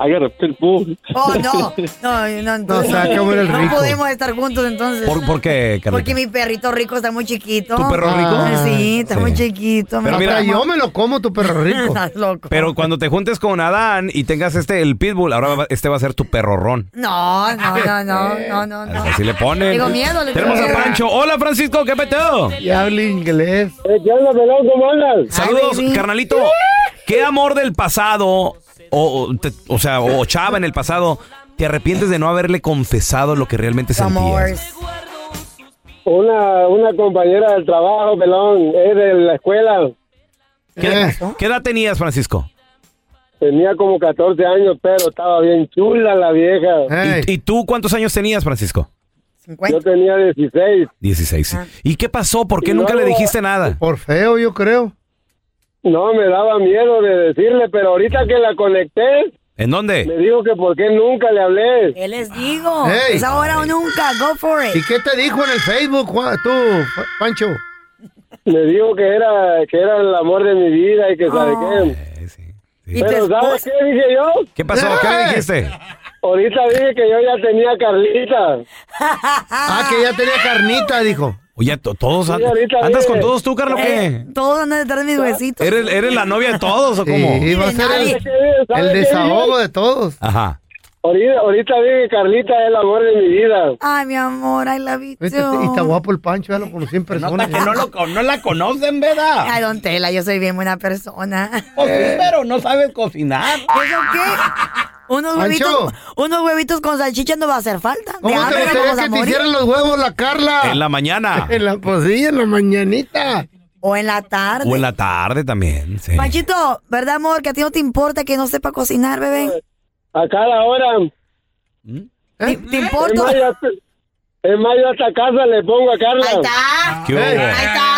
Speaker 7: agarra el pum.
Speaker 3: Oh, no. No, no, entonces,
Speaker 2: se va a acabar el
Speaker 3: no
Speaker 2: rico.
Speaker 3: podemos estar juntos entonces.
Speaker 1: ¿Por, por qué, Carlita?
Speaker 3: Porque mi perrito rico está muy chiquito.
Speaker 1: ¿Tu perro rico?
Speaker 3: Ah, Sí, está
Speaker 1: Sí.
Speaker 3: muy chiquito.
Speaker 1: Pero
Speaker 3: me
Speaker 1: mira,
Speaker 3: lo
Speaker 2: Hasta
Speaker 3: como.
Speaker 2: yo me lo como, tu perro rico.
Speaker 3: Estás loco.
Speaker 1: Pero cuando te juntes con Adán y tengas este, el pitbull, ahora va- este va a ser tu perrorrón.
Speaker 3: No, no, no, no, no, no, no.
Speaker 1: Así le ponen.
Speaker 3: Tengo miedo, le
Speaker 1: Tenemos
Speaker 3: tengo
Speaker 1: a
Speaker 3: miedo.
Speaker 1: Pancho. Hola, Francisco, ¿qué peteo?
Speaker 2: Ya habla inglés.
Speaker 7: Eh, ¿Qué onda, pelón? ¿Cómo andas?
Speaker 1: Saludos,
Speaker 3: baby.
Speaker 1: carnalito. ¿Qué amor del pasado, o, o te- o sea, o chava en el pasado, te arrepientes de no haberle confesado lo que realmente sentías?
Speaker 3: Amores.
Speaker 7: Una, una compañera del trabajo, pelón, es de la escuela.
Speaker 1: ¿Qué, qué edad tenías, Francisco?
Speaker 7: Tenía como 14 años, pero estaba bien chula la vieja.
Speaker 2: Ey.
Speaker 1: ¿Y, y tú cuántos años tenías, Francisco?
Speaker 3: 50.
Speaker 7: tenía 16.
Speaker 1: 16.
Speaker 3: Ah.
Speaker 1: ¿Y qué pasó? ¿Por qué
Speaker 7: Y
Speaker 1: nunca le
Speaker 7: luego-
Speaker 1: dijiste nada?
Speaker 2: Por feo, yo creo.
Speaker 7: No, me daba miedo de decirle, pero ahorita que la conecté,
Speaker 1: ¿En
Speaker 7: me
Speaker 1: dónde?
Speaker 7: dijo que por qué nunca le hablé.
Speaker 3: ¿Qué
Speaker 2: Ah.
Speaker 3: les digo?
Speaker 2: Hey.
Speaker 3: Es ahora o nunca. Go for
Speaker 2: ¿Y
Speaker 3: it.
Speaker 2: qué te dijo en el Facebook, Juan- tú, Pa- Pancho?
Speaker 7: Me dijo que era que era el amor de mi vida y que sabe qué.
Speaker 1: Eh, sí, sí.
Speaker 3: ¿Y tu
Speaker 7: Pero ¿sabes
Speaker 3: esposa?
Speaker 7: qué dije yo?
Speaker 1: ¿Qué pasó? ¿Qué le dijiste?
Speaker 7: Ahorita dije que yo ya tenía a Carlita.
Speaker 2: Ah, que ya tenía carnita, dijo.
Speaker 1: Oye, to- todos an-
Speaker 7: Sí, ahorita
Speaker 1: andas con
Speaker 7: viene.
Speaker 1: todos tú, Carlos,
Speaker 3: Eh,
Speaker 1: ¿qué?
Speaker 3: todos andan detrás de mis huesitos.
Speaker 1: ¿Eres, eres la novia de todos o cómo?
Speaker 2: Sí, va a
Speaker 3: Miren,
Speaker 2: ser
Speaker 3: nadie-
Speaker 2: el,
Speaker 7: ¿Sabe
Speaker 2: el
Speaker 7: qué
Speaker 2: desahogo
Speaker 7: dije?
Speaker 2: de todos.
Speaker 1: Ajá.
Speaker 7: Ahorita, ahorita dije que Carlita es el amor de mi vida.
Speaker 3: Ay, mi amor, I love you
Speaker 2: Viste, Y está
Speaker 3: too.
Speaker 2: guapo el Pancho, ya lo conocí en persona.
Speaker 6: Nota que no, lo, con- no la conocen, ¿verdad?
Speaker 3: Ay, don
Speaker 1: Oh,
Speaker 3: Tela, yo soy bien buena persona.
Speaker 6: Pues sí, pero no sabe cocinar.
Speaker 3: ¿Eso qué? Unos
Speaker 2: Pancho.
Speaker 3: huevitos, unos huevitos con salchicha no va a hacer falta. De
Speaker 2: ¿Cómo
Speaker 3: hambre
Speaker 2: te
Speaker 3: no
Speaker 2: gustaría
Speaker 3: vamos a
Speaker 2: que te
Speaker 3: morir.
Speaker 2: hicieran los huevos la Carla?
Speaker 1: En la mañana.
Speaker 2: En la, pues sí, en la mañanita.
Speaker 3: O en la tarde.
Speaker 1: O en la tarde también. sí.
Speaker 3: Panchito, ¿verdad, amor? Que a ti no te importa que no sepa cocinar, bebé.
Speaker 11: A cada hora.
Speaker 3: ¿Te, te importa?
Speaker 11: Es más, yo hasta- es más, yo hasta casa le pongo a Carla.
Speaker 3: Ahí está.
Speaker 1: ¿Qué hubo?
Speaker 3: Ahí está.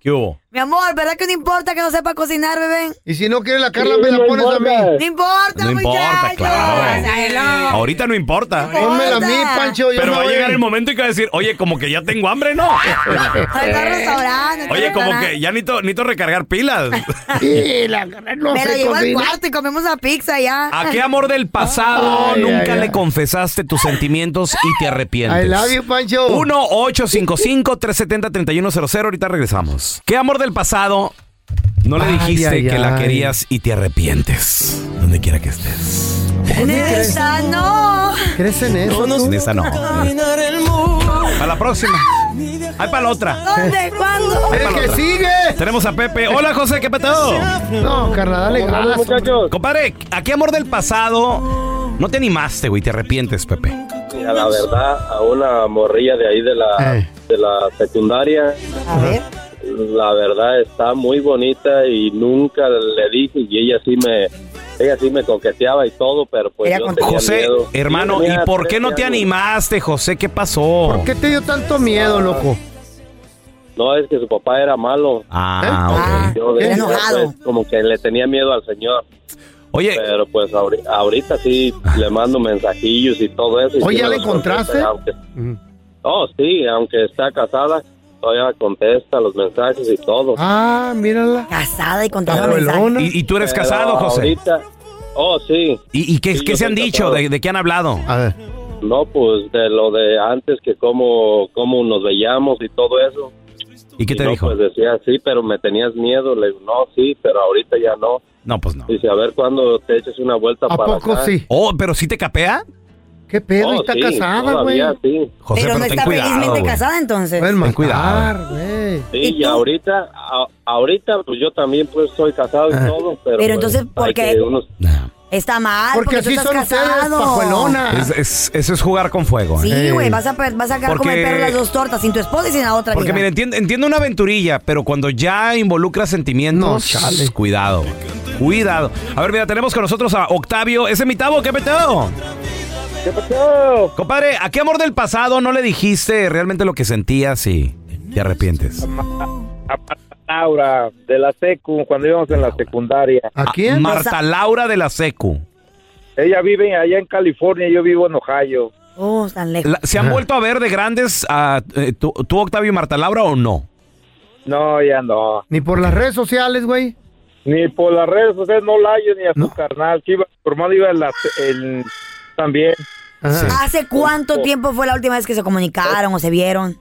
Speaker 1: ¿Qué hubo?
Speaker 3: Mi amor, ¿verdad que no importa que no sepa cocinar, bebé?
Speaker 2: Y si no quiere la Carla, me la pones a mí.
Speaker 3: No importa,
Speaker 1: No importa,
Speaker 3: muchacho.
Speaker 1: claro. Ahorita no importa.
Speaker 2: Pónmela a mí, Pancho. yo
Speaker 1: Pero
Speaker 2: me
Speaker 1: va a
Speaker 2: voy.
Speaker 1: llegar el momento en que va a decir, oye, como que ya tengo hambre, ¿no? Eh.
Speaker 3: restaurante.
Speaker 1: Oye, como que ya necesito, necesito recargar pilas.
Speaker 2: Sí, la Carla no
Speaker 3: Pero
Speaker 2: se
Speaker 3: llegó al
Speaker 2: cocina.
Speaker 3: cuarto y comemos la pizza ya.
Speaker 1: ¿A qué amor del pasado
Speaker 2: Ay,
Speaker 1: nunca
Speaker 2: ay,
Speaker 1: le
Speaker 2: ay.
Speaker 1: confesaste tus sentimientos y te arrepientes?
Speaker 2: I love you, Pancho.
Speaker 1: 1-855-370-3100. Ahorita regresamos. ¿Qué amor del pasado no le
Speaker 9: Ay,
Speaker 1: dijiste
Speaker 9: ay,
Speaker 1: que la
Speaker 9: ay.
Speaker 1: querías y te arrepientes? Donde quiera que estés.
Speaker 3: En esta no.
Speaker 2: ¿Crees en eso?
Speaker 1: En esta no. Para la próxima. Hay para la otra.
Speaker 3: ¿Dónde? ¿Cuándo?
Speaker 1: Ahí para la
Speaker 2: ¡El que
Speaker 1: otra.
Speaker 2: sigue!
Speaker 1: Tenemos a Pepe. Hola, José, ¿qué petado?
Speaker 2: No, Carla, dale ganas.
Speaker 1: Compadre, ¿a qué amor del pasado no te animaste, güey? Te arrepientes, Pepe.
Speaker 11: Mira, la verdad, a una morrilla de ahí de la,
Speaker 1: Eh.
Speaker 11: de la secundaria. La verdad está muy bonita y nunca le dije y ella sí me ella sí me coqueteaba y todo, pero pues yo tenía
Speaker 1: José,
Speaker 11: miedo.
Speaker 1: hermano,
Speaker 11: Yo
Speaker 1: ¿y
Speaker 11: tenía
Speaker 1: por qué no
Speaker 11: 13
Speaker 1: te
Speaker 11: años.
Speaker 1: animaste, José? ¿Qué pasó?
Speaker 2: ¿Por qué te dio tanto miedo, loco?
Speaker 11: No, es que su papá era malo.
Speaker 2: ¿Eh?
Speaker 1: Ah,
Speaker 11: Yo de- pues, como que le tenía miedo al señor.
Speaker 1: Oye.
Speaker 11: Pero pues ahori- ahorita sí le mando mensajillos y todo eso. y
Speaker 2: Oye,
Speaker 11: sí
Speaker 2: ¿ya
Speaker 11: me
Speaker 2: la
Speaker 11: los
Speaker 2: encontraste?
Speaker 11: contesta, aunque- Oh, sí, aunque está casada, todavía contesta los mensajes y todo.
Speaker 2: Ah, mírala.
Speaker 3: Casada y con todo
Speaker 1: ¿Y, y tú eres
Speaker 11: Pero
Speaker 1: casado, José?
Speaker 11: Ahorita, oh, sí.
Speaker 1: ¿Y, y qué,
Speaker 11: Sí,
Speaker 1: qué
Speaker 11: yo
Speaker 1: se han
Speaker 11: soy
Speaker 1: dicho?
Speaker 11: casado.
Speaker 1: ¿De, de qué han hablado?
Speaker 11: No, pues de lo de antes que cómo, cómo nos veíamos y todo eso.
Speaker 1: ¿Y qué te
Speaker 11: no,
Speaker 1: dijo?
Speaker 11: Pues decía, sí, pero me tenías miedo. Le digo, no, sí, pero ahorita ya no.
Speaker 1: No, pues no.
Speaker 11: Dice, a ver cuándo te eches una vuelta para acá.
Speaker 1: Oh, pero sí te capea.
Speaker 2: ¿Qué pedo?
Speaker 11: Oh,
Speaker 2: está
Speaker 11: sí,
Speaker 2: casada, güey.
Speaker 11: todavía sí.
Speaker 3: pero,
Speaker 1: José, pero,
Speaker 3: no
Speaker 1: ten
Speaker 3: está
Speaker 1: cuidado.
Speaker 3: felizmente
Speaker 1: güey.
Speaker 3: casada entonces.
Speaker 1: Ten cuidado.
Speaker 11: Sí, y, ahorita, a- ahorita, pues yo también pues soy casado y todo, pero...
Speaker 3: Pero
Speaker 11: pues,
Speaker 3: entonces, ¿por
Speaker 11: hay
Speaker 3: qué?
Speaker 11: que unos-
Speaker 3: Está mal porque, tú estás casado.
Speaker 1: Es- es- eso es jugar con fuego.
Speaker 3: Sí,
Speaker 1: ¿eh?
Speaker 3: güey, vas a, per- vas a acabar
Speaker 1: Porque-
Speaker 3: comer perro las dos tortas, sin tu esposa y sin la otra.
Speaker 1: Porque
Speaker 3: amiga.
Speaker 1: mira, entiendo, entiendo una aventurilla, pero cuando ya involucra sentimientos, cuidado. güey. Cuidado. A ver, mira, tenemos con nosotros a Octavio. ¿Ese es mi tabo? ¿Qué peteo?
Speaker 11: ¿Qué pasó?
Speaker 1: Compadre, ¿a qué amor del pasado no le dijiste realmente lo que sentías y te arrepientes?
Speaker 12: Laura, de la secu, cuando íbamos en la secundaria.
Speaker 2: ¿A
Speaker 1: Ah, Marta Laura de la Secu.
Speaker 12: Ella vive allá en California, yo vivo en Ohio.
Speaker 3: Oh, tan lejos.
Speaker 1: La-
Speaker 2: Ah.
Speaker 1: ¿Se han vuelto a ver de grandes a, eh, tú, tú, Octavio y Marta Laura o no?
Speaker 12: No, ya no.
Speaker 2: Ni por las redes sociales, güey.
Speaker 12: Ni por las redes sociales no la hallo, ni a su carnal. Que iba, su hermano iba en la... en- también.
Speaker 2: Ah,
Speaker 3: ¿Hace cuánto tiempo fue la última vez que se comunicaron o se vieron?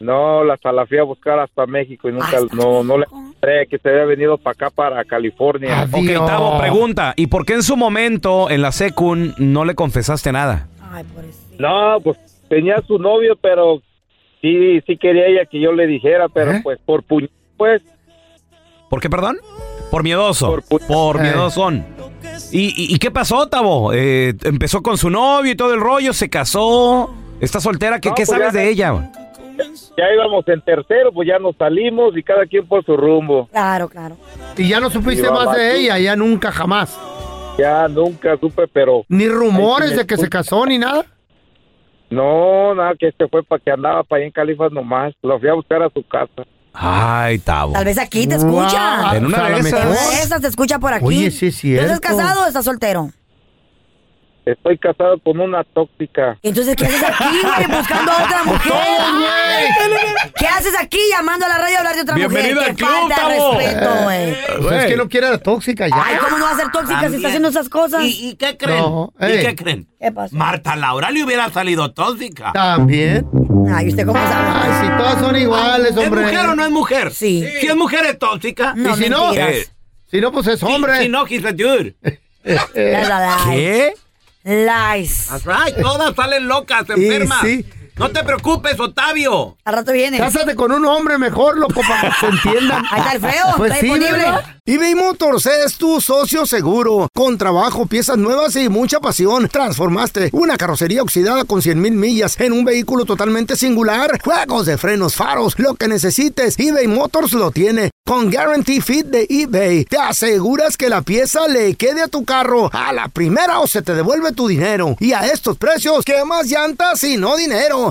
Speaker 12: No, la- hasta la fui a buscar hasta México y nunca, no, no le encontré que se había venido para acá, para California.
Speaker 1: Ok, Tavo, pregunta. ¿Y por qué en su momento en la Secun no le confesaste nada?
Speaker 12: No, pues tenía su novio, pero sí, sí quería ella que yo le dijera, pero
Speaker 2: ¿Eh?
Speaker 12: pues por puño, pues.
Speaker 1: ¿Por qué, perdón? Por miedoso. Por,
Speaker 12: Eh.
Speaker 1: miedosón. ¿Y, y, y qué pasó, Tavo? Eh, empezó con su novio y todo el rollo, se casó, está soltera. ¿Qué,
Speaker 12: No,
Speaker 1: qué
Speaker 12: pues
Speaker 1: sabes
Speaker 12: ya-
Speaker 1: de ella?
Speaker 12: Ya íbamos en tercero, pues ya nos salimos y cada quien por su rumbo.
Speaker 3: Claro, claro.
Speaker 2: Y ya no supiste
Speaker 12: Iba
Speaker 2: más
Speaker 12: vato.
Speaker 2: de ella, ya nunca, jamás.
Speaker 12: Ya nunca supe, pero...
Speaker 2: Ni rumores
Speaker 12: Ay,
Speaker 2: de que se casó ni nada.
Speaker 12: No, nada, que este fue para que andaba para allá en Califas nomás. Lo fui a buscar a su casa.
Speaker 1: Ay, Tavo.
Speaker 3: Tal vez aquí te
Speaker 12: Wow.
Speaker 3: escucha.
Speaker 12: En una de
Speaker 3: Tal vez
Speaker 12: esas.
Speaker 3: esas te escucha por aquí.
Speaker 12: Oye, sí es
Speaker 3: ¿Tú estás
Speaker 12: cierto.
Speaker 3: casado o estás soltero?
Speaker 12: Estoy casado con una tóxica.
Speaker 3: Entonces, ¿qué haces aquí, güey? Buscando a otra mujer. ¿Qué haces aquí llamando a la radio a hablar de otra
Speaker 2: Bienvenido
Speaker 3: mujer?
Speaker 2: al
Speaker 3: Qué
Speaker 2: club,
Speaker 3: falta de
Speaker 2: Tavo.
Speaker 3: respeto, güey.
Speaker 2: O sea, Eh, pues es que no quiere a la tóxica ya.
Speaker 3: Ay, ¿cómo no va a ser tóxica si está haciendo esas cosas? ¿Y,
Speaker 6: qué creen?
Speaker 2: No,
Speaker 6: ¿Y
Speaker 2: ey.
Speaker 6: qué creen?
Speaker 3: ¿Qué pasa?
Speaker 6: Marta Laura le hubiera salido tóxica.
Speaker 2: Ah, También.
Speaker 3: Ay, ¿usted cómo sabe?
Speaker 2: Ay, si todas son iguales, hombre.
Speaker 6: ¿Es mujer o no es mujer?
Speaker 3: Sí.
Speaker 6: Si es mujer es tóxica.
Speaker 2: y si no, si no, pues es hombre.
Speaker 6: Si, no, he's a dude.
Speaker 3: That's a lie.
Speaker 1: ¿Qué?
Speaker 3: Lies.
Speaker 6: That's right. Todas salen locas,
Speaker 2: Y
Speaker 6: enfermas.
Speaker 2: sí.
Speaker 6: No te preocupes, Otavio.
Speaker 3: Al rato viene.
Speaker 2: Cásate con un hombre mejor, loco, para que se entiendan.
Speaker 3: Ahí está Alfredo,
Speaker 2: Pues
Speaker 3: está
Speaker 2: sí,
Speaker 3: disponible.
Speaker 2: ¿verdad? eBay Motors es tu socio seguro. Con trabajo, piezas nuevas y mucha pasión, transformaste una carrocería oxidada con 100 mil millas en un vehículo totalmente singular. Juegos de frenos, faros, lo que necesites, eBay Motors lo tiene. Con Guarantee Fit de eBay, te aseguras que la pieza le quede a tu carro a la primera o se te devuelve tu dinero. Y a estos precios, ¿qué más llantas y no dinero?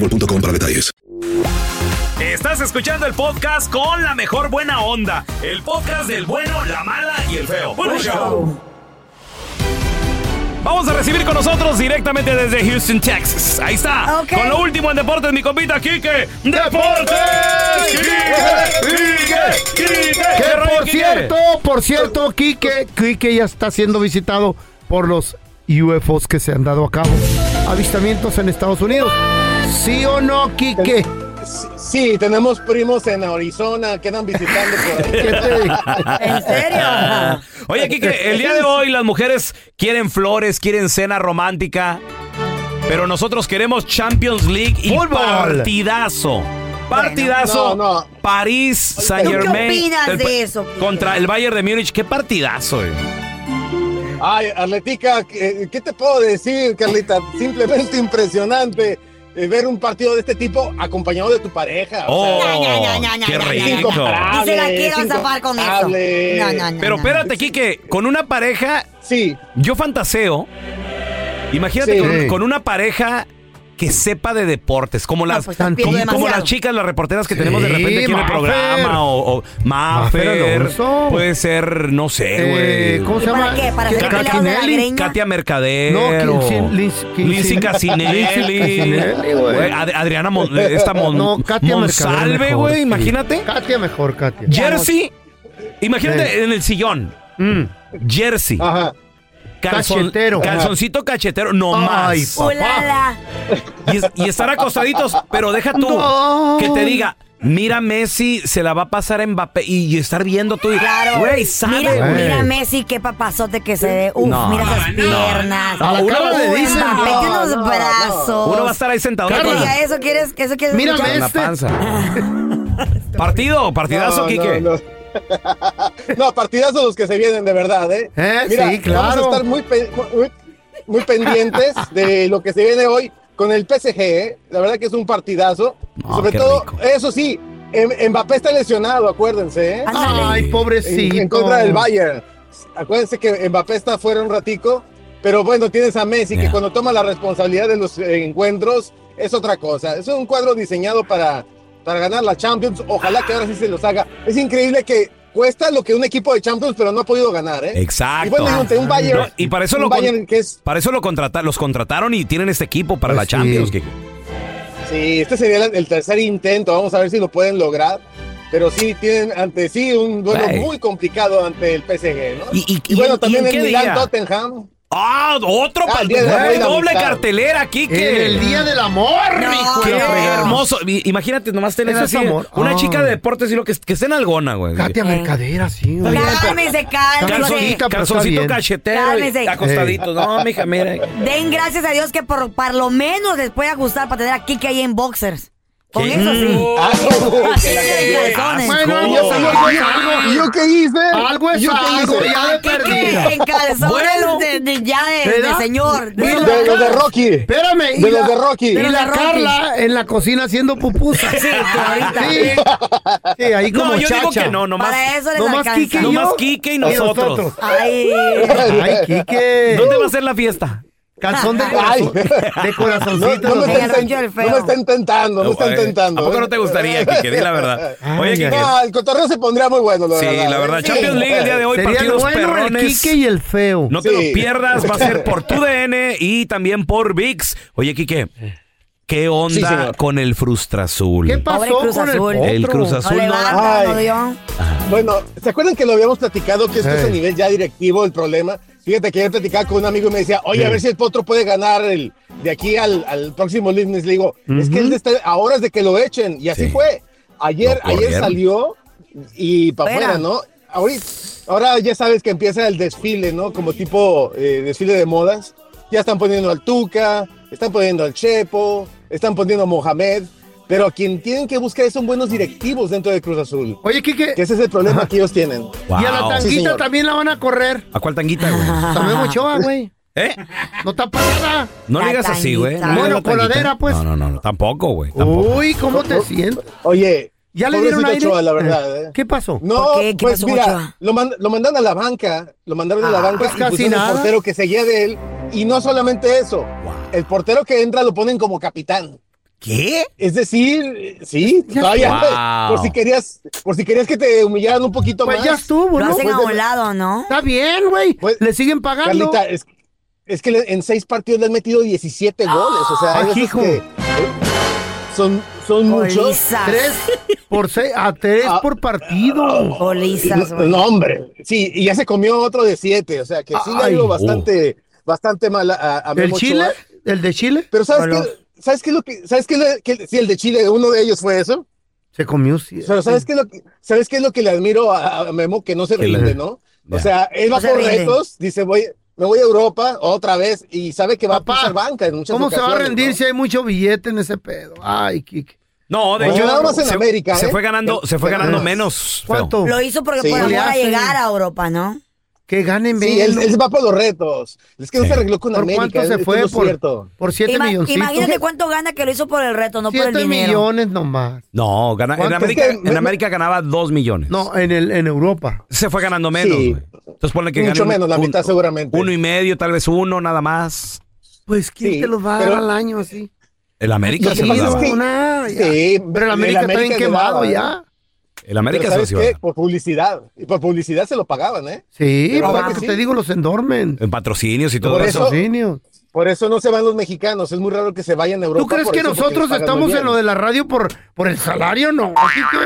Speaker 10: para detalles.
Speaker 1: Estás escuchando el podcast con la mejor buena onda. El podcast del bueno, la mala y el feo. Bueno, show. Vamos a recibir con nosotros directamente desde Houston, Texas. Ahí está. Con lo último en deportes, mi compita Quique. ¡Deportes! ¡Quique! ¡Quique!
Speaker 2: Que
Speaker 1: ¡Qué
Speaker 2: por
Speaker 1: Quique!
Speaker 2: cierto, por cierto, Quique, Quique ya está siendo visitado por los UFOs que se han dado a cabo. Avistamientos en Estados Unidos. ¿Sí o no, Quique?
Speaker 13: Sí, tenemos primos en Arizona que andan visitando por ahí.
Speaker 1: ¿En serio? Oye, Kike, el día de hoy las mujeres quieren flores, quieren cena romántica, pero nosotros queremos Champions League y
Speaker 9: Fútbol.
Speaker 1: partidazo. Partidazo.
Speaker 9: No, no.
Speaker 1: París Saint Germain.
Speaker 3: ¿Tú qué opinas
Speaker 1: el-
Speaker 3: de eso, Kike?
Speaker 1: Contra el Bayern de Múnich. Qué partidazo, eh.
Speaker 13: Ay, Atletica, ¿qué qué te puedo decir, Carlita? Simplemente impresionante eh, ver un partido de este tipo acompañado de tu pareja.
Speaker 1: Oh, qué rico.
Speaker 3: Y se la quiero zafar con eso. No, no, no.
Speaker 1: Pero espérate, Quique, con una pareja.
Speaker 13: Sí.
Speaker 1: Yo fantaseo. Imagínate
Speaker 13: Sí.
Speaker 1: con,
Speaker 13: Sí.
Speaker 1: con una pareja que sepa de deportes, como las,
Speaker 13: pues, estás
Speaker 1: como,
Speaker 13: pidiendo
Speaker 1: como
Speaker 13: demasiado.
Speaker 1: las chicas, las reporteras que
Speaker 13: Sí,
Speaker 1: tenemos de repente aquí en el
Speaker 13: Mafer.
Speaker 1: programa, o, o Mafer,
Speaker 2: Mafer Alonso. Eh,
Speaker 1: puede ser, no sé, güey.
Speaker 2: ¿Cómo se llama? Catinelli.
Speaker 1: Katia Mercader.
Speaker 2: No,
Speaker 1: o-
Speaker 2: Kinsin- Lins- Kinsin-
Speaker 1: Lindsay Casinelli.
Speaker 2: Casinelli, güey.
Speaker 1: Güey, Ad- Adriana Mon- esta Mon-
Speaker 2: No, Katia Mercader
Speaker 1: Monsalve,
Speaker 2: mejor,
Speaker 1: güey,
Speaker 2: sí.
Speaker 1: imagínate.
Speaker 2: Katia mejor, Katia.
Speaker 1: Jersey. Imagínate
Speaker 2: Sí.
Speaker 1: en el sillón. Jersey.
Speaker 2: Cachetero.
Speaker 1: Calzoncito cachetero, no
Speaker 2: Ay,
Speaker 1: más. Y, es- y estar acostaditos, pero deja tú
Speaker 9: No.
Speaker 1: que te diga. Mira Messi, se la va a pasar a Mbappé y, y estar viendo tú. y-
Speaker 3: Claro.
Speaker 1: Güey, sabe,
Speaker 3: mira,
Speaker 1: güey.
Speaker 3: mira a Messi, qué papazote que se ve. Uf,
Speaker 1: No,
Speaker 3: mira
Speaker 1: no,
Speaker 3: esas
Speaker 1: no.
Speaker 3: piernas.
Speaker 1: A la
Speaker 3: Uy,
Speaker 1: cara le dicen,
Speaker 3: Mbappé,
Speaker 1: no,
Speaker 3: tiene unos
Speaker 1: no, no.
Speaker 3: brazos.
Speaker 1: Uno va a estar ahí sentado.
Speaker 3: ¿Qué
Speaker 1: Carla.
Speaker 3: diga? eso quieres, eso quieres
Speaker 1: Con
Speaker 3: escuchar?
Speaker 1: la panza. Partido, partidazo,
Speaker 13: No, no,
Speaker 1: Quique.
Speaker 13: no. No, partidazos los que se vienen de verdad, ¿eh?
Speaker 2: Eh, sí,
Speaker 13: Vamos
Speaker 2: claro.
Speaker 13: a estar muy, pe- muy, muy pendientes de lo que se viene hoy con el PSG, ¿eh? La verdad que es un partidazo. Sobre
Speaker 2: qué
Speaker 13: todo, eso sí, M- Mbappé está lesionado, acuérdense, ¿eh?
Speaker 2: Ándale. Ay, pobrecito.
Speaker 13: En, en contra del Bayern. Acuérdense que Mbappé está fuera un ratico, pero bueno, tienes a Messi que cuando toma la responsabilidad de los eh, encuentros es otra cosa. Es un cuadro diseñado para, para ganar la Champions. Ojalá que ahora sí se los haga. Es increíble que cuesta lo que un equipo de Champions, pero no ha podido ganar, ¿eh?
Speaker 1: Exacto.
Speaker 13: Y bueno, y ante un Bayern.
Speaker 1: No, y para eso,
Speaker 13: un
Speaker 1: lo con-
Speaker 13: Bayern que es
Speaker 1: para eso lo contrata- los contrataron y tienen este equipo para
Speaker 2: Pues
Speaker 1: la Champions, Quique.
Speaker 13: Sí, este sería el- el tercer intento. Vamos a ver si lo pueden lograr. Pero sí, tienen ante sí un duelo
Speaker 1: Ey.
Speaker 13: muy complicado ante el PSG, ¿no?
Speaker 1: Y, y-
Speaker 13: bueno,
Speaker 1: y-
Speaker 13: también
Speaker 1: ¿y en
Speaker 13: el
Speaker 1: qué día?
Speaker 13: Milan-Tottenham.
Speaker 1: ¡Ah, otro
Speaker 13: Ah, el
Speaker 1: partido!
Speaker 13: día de la buena
Speaker 1: doble
Speaker 13: amistad.
Speaker 1: cartelera, Quique.
Speaker 2: En el día del amor, hijo de
Speaker 1: Qué
Speaker 2: la fregada.
Speaker 1: hermoso. I- Imagínate nomás tener
Speaker 2: Eso es
Speaker 1: así
Speaker 2: amor.
Speaker 1: una
Speaker 2: Ah.
Speaker 1: chica de deportes y lo que, que esté en algona, güey.
Speaker 3: Eh.
Speaker 2: Katia Mercader, sí. güey.
Speaker 3: Cálmese, cálmese.
Speaker 1: Calzoncito, calzoncito cachetero y
Speaker 3: Cálmese.
Speaker 1: acostadito. No, mija, mira.
Speaker 3: Den gracias a Dios que por, por lo menos les puede gustar para tener a Kike ahí en boxers. Con
Speaker 2: Mm.
Speaker 3: eso sí.
Speaker 2: Ah,
Speaker 3: Así de calzones.
Speaker 2: Oh, Bueno, yo, algo,
Speaker 13: ¿Yo qué hice?
Speaker 2: Algo es
Speaker 13: ¿Yo qué
Speaker 2: algo,
Speaker 13: hice?
Speaker 2: ya de
Speaker 13: ¿Qué,
Speaker 2: perdida.
Speaker 13: qué? En calzones
Speaker 3: de- de- ya de-
Speaker 2: ¿Verdad?
Speaker 3: de señor.
Speaker 2: Mira,
Speaker 13: De los de Rocky.
Speaker 2: Espérame. y
Speaker 13: De
Speaker 2: la-
Speaker 13: los de Rocky.
Speaker 2: Y
Speaker 13: De los
Speaker 2: la
Speaker 13: de Rocky.
Speaker 2: Carla en la cocina haciendo pupusas. Sí, ahorita. Sí, ahí
Speaker 1: eh. No,
Speaker 2: como
Speaker 1: yo digo
Speaker 2: chacha.
Speaker 1: que no, nomás- Para eso les
Speaker 2: Nomás
Speaker 1: alcanza.
Speaker 2: Kike y yo.
Speaker 1: Nomás Kike y nosotros.
Speaker 3: Ay.
Speaker 2: Ay, Kike.
Speaker 1: ¿Dónde va a ser la fiesta?
Speaker 2: Calzón de
Speaker 1: Ay.
Speaker 2: corazón. De corazoncito.
Speaker 13: No, no me
Speaker 2: los-
Speaker 13: estén, no me estén tentando, no me estén
Speaker 1: eh,
Speaker 13: tentando.
Speaker 1: ¿A poco no te gustaría, Kike? Di la verdad. Oye, Kike.
Speaker 13: No, el cotorreo se pondría muy bueno, la
Speaker 1: Sí,
Speaker 13: verdad. ¿eh?
Speaker 1: la verdad. Champions League el día de hoy,
Speaker 2: Sería el
Speaker 1: partidos
Speaker 2: bueno,
Speaker 1: perrones.
Speaker 2: el Kike y el feo.
Speaker 1: No te lo pierdas, va a ser por tu DN y también por VIX. Oye, Quique, ¿qué
Speaker 2: Sí,
Speaker 1: onda
Speaker 2: señor.
Speaker 1: con el Frustrazul?
Speaker 2: ¿Qué pasó con el potro?
Speaker 1: El Cruz Azul no,
Speaker 13: Ay. Bueno, ¿se acuerdan que lo habíamos platicado que esto es a
Speaker 1: Sí.
Speaker 13: nivel ya directivo el problema? Fíjate que yo platicaba con un amigo y me decía, oye, a
Speaker 2: Sí.
Speaker 13: ver si el potro puede ganar el, de aquí al, al próximo lunes. Le digo, es que él está a horas de que lo echen. Y así fue. Ayer,
Speaker 2: Lo
Speaker 13: ayer
Speaker 2: corrieron.
Speaker 13: salió y para
Speaker 2: Fuera.
Speaker 13: afuera, ¿no? Ahorita, ahora ya sabes que empieza el desfile, ¿no? Como tipo eh, desfile de modas. Ya están poniendo al Tuca, están poniendo al Chepo, están poniendo a Mohamed. Pero a quien tienen que buscar son buenos directivos dentro de Cruz Azul.
Speaker 2: Oye, Kike.
Speaker 13: Que ese es el problema que ellos tienen.
Speaker 2: Y a la tanguita también la van a correr.
Speaker 1: ¿A cuál tanguita, güey?
Speaker 2: Tomé mucho, güey.
Speaker 1: ¿Eh?
Speaker 2: No está pagada.
Speaker 1: No le digas así, güey. No le digas
Speaker 2: Bueno,
Speaker 1: tanguita.
Speaker 2: coladera, pues.
Speaker 1: No, no, no, no, tampoco, güey. tampoco.
Speaker 2: Uy, ¿cómo te sientes?
Speaker 13: Oye.
Speaker 2: ¿Ya le dieron aire?
Speaker 13: pobrecito Ochoa, la verdad, ¿eh?
Speaker 2: ¿Qué pasó?
Speaker 13: No, pues mira, lo, mand- lo mandaron a la banca, lo mandaron a la
Speaker 2: Ah,
Speaker 13: banca
Speaker 2: pues
Speaker 13: y
Speaker 2: casi
Speaker 13: pusieron
Speaker 2: nada.
Speaker 13: el portero que seguía de él. Y no solamente eso, el portero que entra lo ponen como capitán.
Speaker 1: ¿Qué?
Speaker 13: Es decir, sí, todavía,
Speaker 1: Wow.
Speaker 13: por si querías, por si querías que te humillaran un poquito
Speaker 2: Pues
Speaker 13: más.
Speaker 2: ya estuvo,
Speaker 3: Lo
Speaker 2: ¿no?
Speaker 3: hacen
Speaker 2: Pues
Speaker 3: a
Speaker 2: de-
Speaker 3: un lado, ¿no?
Speaker 2: Está bien, güey. Le siguen pagando.
Speaker 13: Pues, Carlita, es, es que le- en seis partidos le han metido 17 goles, o sea, hay
Speaker 2: Ay,
Speaker 13: veces
Speaker 2: ¡Ah, hijo.
Speaker 13: que, eh, son, son muchos. Ah.
Speaker 2: Tres por seis, a tres por partido.
Speaker 13: No, no, hombre. Sí, y ya se comió otro de siete. O sea, que sí le ha
Speaker 2: Ay.
Speaker 13: ido bastante, bastante mal a, a- a
Speaker 2: ¿El
Speaker 13: Memo
Speaker 2: Chile?
Speaker 13: Ochoa.
Speaker 2: ¿El de Chile?
Speaker 13: Pero ¿sabes
Speaker 2: Bueno.
Speaker 13: qué? ¿Sabes qué es lo que, sabes qué es lo que, sí, el de Chile, uno de ellos fue eso?
Speaker 2: Se comió. sí.
Speaker 13: Pero ¿sabes qué es lo que, sabes qué es lo que le admiro a, a Memo? Que no se
Speaker 2: Que le-
Speaker 13: rinde, ¿no?
Speaker 2: Ya.
Speaker 13: O sea, él va
Speaker 2: No se
Speaker 13: por
Speaker 2: rinde.
Speaker 13: retos, dice, voy, me voy a Europa otra vez y sabe que va a pasar banca en muchas
Speaker 2: ¿Cómo se va a
Speaker 13: ocasiones,
Speaker 2: rendir
Speaker 13: ¿no?
Speaker 2: si hay mucho billete en ese pedo? Ay, Kike.
Speaker 1: No, Oh, de
Speaker 13: Oye,
Speaker 1: hecho,
Speaker 13: nada más en
Speaker 1: se,
Speaker 13: América,
Speaker 1: se
Speaker 13: ¿eh?
Speaker 1: fue ganando, se fue
Speaker 13: Nada
Speaker 1: ganando
Speaker 13: más.
Speaker 1: menos. feo.
Speaker 2: eh, ¿Cuánto?
Speaker 3: Lo hizo porque por
Speaker 2: Le
Speaker 3: amor a
Speaker 2: hace.
Speaker 3: llegar a Europa, ¿no?
Speaker 2: Que ganen
Speaker 13: Sí, él,
Speaker 2: menos.
Speaker 13: él va por los retos. Es que no
Speaker 2: Sí.
Speaker 13: se arregló con
Speaker 2: ¿Por
Speaker 13: América.
Speaker 2: cuánto se
Speaker 13: es- es
Speaker 2: fue?
Speaker 13: lo
Speaker 2: Por-
Speaker 13: cierto.
Speaker 2: Por siete
Speaker 3: Ima-
Speaker 2: milloncitos.
Speaker 3: Imagínate cuánto gana que lo hizo por el reto, no por el
Speaker 2: Siete
Speaker 3: dinero.
Speaker 2: millones nomás.
Speaker 1: No, gana- en,
Speaker 2: ¿Cuánto?
Speaker 1: América,
Speaker 2: Es que-
Speaker 1: en América ganaba 2 millones.
Speaker 2: No, en, el, en Europa.
Speaker 1: Se fue ganando menos.
Speaker 2: Sí.
Speaker 1: güey. Entonces ponle que
Speaker 13: Mucho
Speaker 1: gane un-
Speaker 13: menos, la
Speaker 1: un-
Speaker 13: mitad seguramente.
Speaker 1: Uno y medio, tal vez uno, nada más.
Speaker 2: Pues, ¿quién
Speaker 13: Sí,
Speaker 2: te los va a dar
Speaker 13: pero-
Speaker 2: al año así? Pues
Speaker 1: El América
Speaker 13: Lo
Speaker 1: se
Speaker 13: que
Speaker 1: lo
Speaker 13: pasa es
Speaker 1: daba.
Speaker 13: que-
Speaker 2: Nada, ya.
Speaker 13: Sí,
Speaker 2: Pero el América está bien
Speaker 13: le
Speaker 2: quemado
Speaker 13: daba, ¿eh?
Speaker 2: ya.
Speaker 1: El América
Speaker 13: Pero
Speaker 1: se lo
Speaker 13: ¿sabes
Speaker 1: iba a
Speaker 13: qué?
Speaker 1: dar.
Speaker 13: Por publicidad. Y por publicidad se lo pagaban, ¿eh?
Speaker 2: Sí,
Speaker 13: Pero
Speaker 2: porque
Speaker 13: ahora
Speaker 2: que
Speaker 13: sí.
Speaker 2: te digo, los endormen.
Speaker 1: En patrocinios y todo
Speaker 13: Por
Speaker 1: eso.
Speaker 13: eso,
Speaker 2: Patrocinios.
Speaker 13: por eso no se van los mexicanos. Es muy raro que se vayan a Europa.
Speaker 2: ¿Tú crees
Speaker 13: por
Speaker 2: que
Speaker 13: eso, porque les
Speaker 2: nosotros
Speaker 13: pagan muy
Speaker 2: estamos
Speaker 13: bien.
Speaker 2: en lo de la radio por, por el salario? No, así que...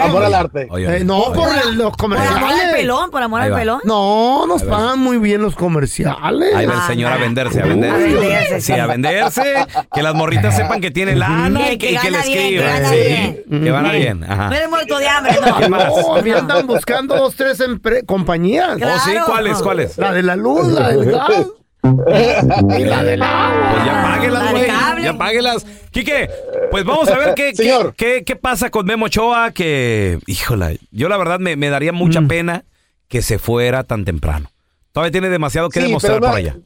Speaker 13: Amor al arte.
Speaker 2: Eh, no, por el- los comerciales.
Speaker 3: Por amor al pelón, por amor
Speaker 1: Ahí
Speaker 3: al
Speaker 1: va.
Speaker 3: pelón.
Speaker 2: No, nos pagan muy bien los comerciales.
Speaker 1: Ahí va el señor a venderse, a
Speaker 2: Uy.
Speaker 1: venderse. Sí, a venderse. Que las morritas sepan que tiene lana y que, y que le escriban. Sí, que van a bien. Ajá.
Speaker 3: Ah, Me he muerto de hambre.
Speaker 2: No,
Speaker 3: ¿no?
Speaker 2: me andan buscando dos, tres empre- compañías.
Speaker 1: Oh, sí, ¿cuáles, cuáles?
Speaker 2: La de la luz, la del gas.
Speaker 1: Y la del agua. Pues ya
Speaker 2: Ah,
Speaker 1: páguelas, güey. Ya páguelas. Quique, pues vamos a ver qué, qué, qué- qué pasa con Memo Ochoa. Que, híjola, yo la verdad me, me daría mucha pena que se fuera tan temprano. Todavía tiene demasiado que
Speaker 13: Sí,
Speaker 1: demostrar
Speaker 13: pero no-
Speaker 1: por allá.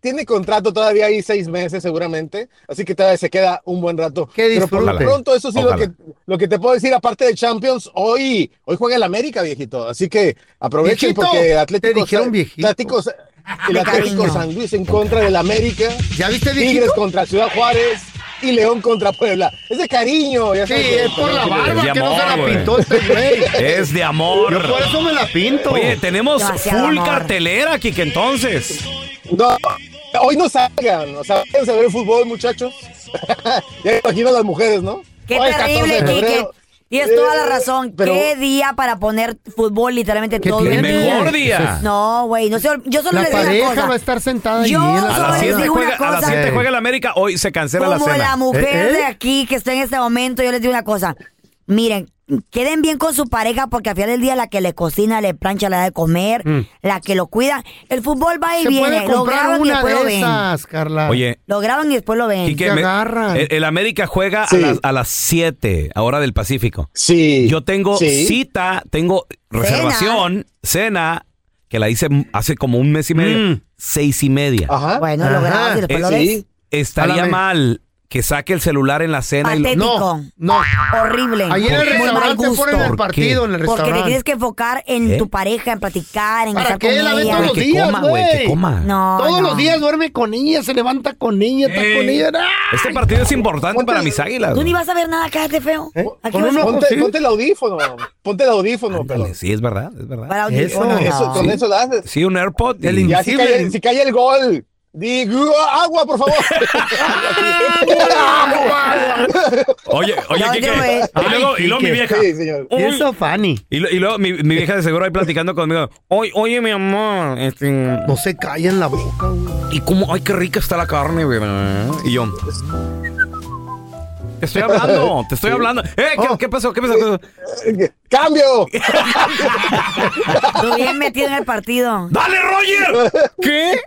Speaker 13: Tiene contrato todavía ahí seis meses seguramente, así que todavía se queda un buen rato. Pero por lo
Speaker 1: disfrute.
Speaker 13: pronto, eso sí lo
Speaker 1: Ojalá.
Speaker 13: que, lo que te puedo decir, aparte de Champions, hoy, hoy juega el América, viejito. Así que aprovechen
Speaker 2: Viejito,
Speaker 13: porque
Speaker 2: te
Speaker 13: Atlético,
Speaker 2: dijeron
Speaker 13: Sa-
Speaker 2: viejito.
Speaker 13: Atlético Sa- el
Speaker 2: De
Speaker 13: Atlético
Speaker 2: cariño.
Speaker 13: San Luis en contra del América.
Speaker 2: ¿Ya viste, viejito?
Speaker 13: Tigres contra Ciudad Juárez y León contra Puebla. Es de cariño, ya
Speaker 2: Sí,
Speaker 13: sabes que-
Speaker 2: es Ah, por la
Speaker 13: también
Speaker 2: barba
Speaker 13: tiene-
Speaker 2: que no se la
Speaker 1: güey.
Speaker 2: pintó este güey.
Speaker 1: Es de amor.
Speaker 2: Yo por eso me la pinto.
Speaker 1: Oye, tenemos
Speaker 2: Demasiado
Speaker 1: full
Speaker 2: amor.
Speaker 1: cartelera, Quique, entonces.
Speaker 13: No, hoy no salgan, o sea, váyanse a ver fútbol, muchachos. ya imagino a las mujeres, ¿no?
Speaker 3: Qué
Speaker 13: Hoy, 14 de
Speaker 3: terrible, Kike.
Speaker 13: febrero.
Speaker 3: Tienes toda la
Speaker 13: Eh,
Speaker 3: razón.
Speaker 13: pero-
Speaker 3: Qué día para poner fútbol literalmente
Speaker 2: ¿Qué
Speaker 3: todo
Speaker 2: tiene?
Speaker 3: el día.
Speaker 2: Mejor día.
Speaker 3: No, güey. No sé, yo solo
Speaker 2: La
Speaker 3: les digo una
Speaker 2: pareja
Speaker 3: cosa.
Speaker 2: va a estar sentada
Speaker 3: Yo
Speaker 2: ahí en
Speaker 1: A
Speaker 2: la
Speaker 1: las
Speaker 2: sala.
Speaker 1: 7
Speaker 3: digo
Speaker 1: juega,
Speaker 3: una
Speaker 1: a las
Speaker 3: cosa.
Speaker 1: siete
Speaker 2: Eh.
Speaker 1: juega el América. Hoy se cancela la
Speaker 3: Como
Speaker 1: cena.
Speaker 3: la mujer
Speaker 2: ¿Eh?
Speaker 3: de aquí que está en este momento, yo les digo una cosa. Miren, queden bien con su pareja porque al final del día la que le cocina, le plancha, le da de comer,
Speaker 1: Mm.
Speaker 3: la que lo cuida. El fútbol va y
Speaker 2: Se
Speaker 3: viene.
Speaker 2: puede
Speaker 3: Lo
Speaker 2: comprar
Speaker 3: graban y
Speaker 2: una
Speaker 3: después lo
Speaker 2: de
Speaker 3: ven.
Speaker 2: esas, Carla.
Speaker 1: Oye.
Speaker 3: Lo graban y después lo ven.
Speaker 1: Quique, me-
Speaker 3: Ah.
Speaker 1: eh, El, el América juega a las, a las 7, a hora del Pacífico.
Speaker 13: Sí.
Speaker 1: Yo tengo
Speaker 3: Sí.
Speaker 1: cita, tengo reservación, cena, que la hice hace como un mes y medio, seis y media.
Speaker 3: Ah. Bueno, Mm. lo
Speaker 1: Ajá.
Speaker 3: grabas y después lo
Speaker 1: Eh,
Speaker 3: ves.
Speaker 1: sí. Estaría
Speaker 3: Jálame.
Speaker 1: mal que saque el celular en la cena. y lo-
Speaker 3: Patético.
Speaker 2: No,
Speaker 3: Horrible.
Speaker 2: Ayer en el
Speaker 3: Muy mal
Speaker 2: restaurante
Speaker 3: gusto.
Speaker 2: ponen el
Speaker 1: ¿Por partido qué? en el
Speaker 3: Porque te
Speaker 1: restaurante.
Speaker 3: tienes que enfocar en
Speaker 1: ¿Qué?
Speaker 3: tu pareja, en platicar, en
Speaker 2: ¿Para
Speaker 3: estar
Speaker 2: qué?
Speaker 3: con
Speaker 2: La ves
Speaker 3: ella.
Speaker 2: todos los
Speaker 1: que
Speaker 2: días,
Speaker 1: coma, güey, que
Speaker 2: güey.
Speaker 1: coma.
Speaker 3: No,
Speaker 2: Todos
Speaker 3: no.
Speaker 2: los días duerme con ella, se levanta con ella, está
Speaker 1: Ey.
Speaker 2: con
Speaker 13: Eh.
Speaker 2: ella.
Speaker 1: Este partido es importante para mis águilas.
Speaker 3: Tú ni vas a ver nada, cállate feo. Aquí
Speaker 13: Con
Speaker 3: vas-
Speaker 13: un ojo, ¿Eh? Ponte, ponte el audífono. Ponte el audífono, perdón.
Speaker 1: Sí, es verdad, es verdad.
Speaker 3: Para
Speaker 13: audífono. Eso, con
Speaker 1: Sí.
Speaker 13: eso la haces.
Speaker 1: Sí, un AirPod. y-
Speaker 13: Ya si cae, si cae el gol. Digo, agua, por favor.
Speaker 1: Oye, oye,
Speaker 13: Ya,
Speaker 1: Quique.
Speaker 13: ya, güey.
Speaker 1: Y luego, y luego mi vieja.
Speaker 13: Sí, señor.
Speaker 1: Uy.
Speaker 2: Fanny.
Speaker 1: Y, lo- y luego mi, mi vieja de seguro ahí platicando conmigo. Oye, oye, mi amor. No
Speaker 2: se calla en la boca,
Speaker 1: Y como, ay, qué rica está la carne, güey. Y yo. Te estoy hablando, te estoy
Speaker 9: Sí.
Speaker 1: hablando. Eh, ¿qué, qué pasó? ¿Qué pasó?
Speaker 13: Oh. Eh, ¡Cambio!
Speaker 3: Tú bien metido en el partido.
Speaker 1: ¡Dale, Roger! ¿Qué?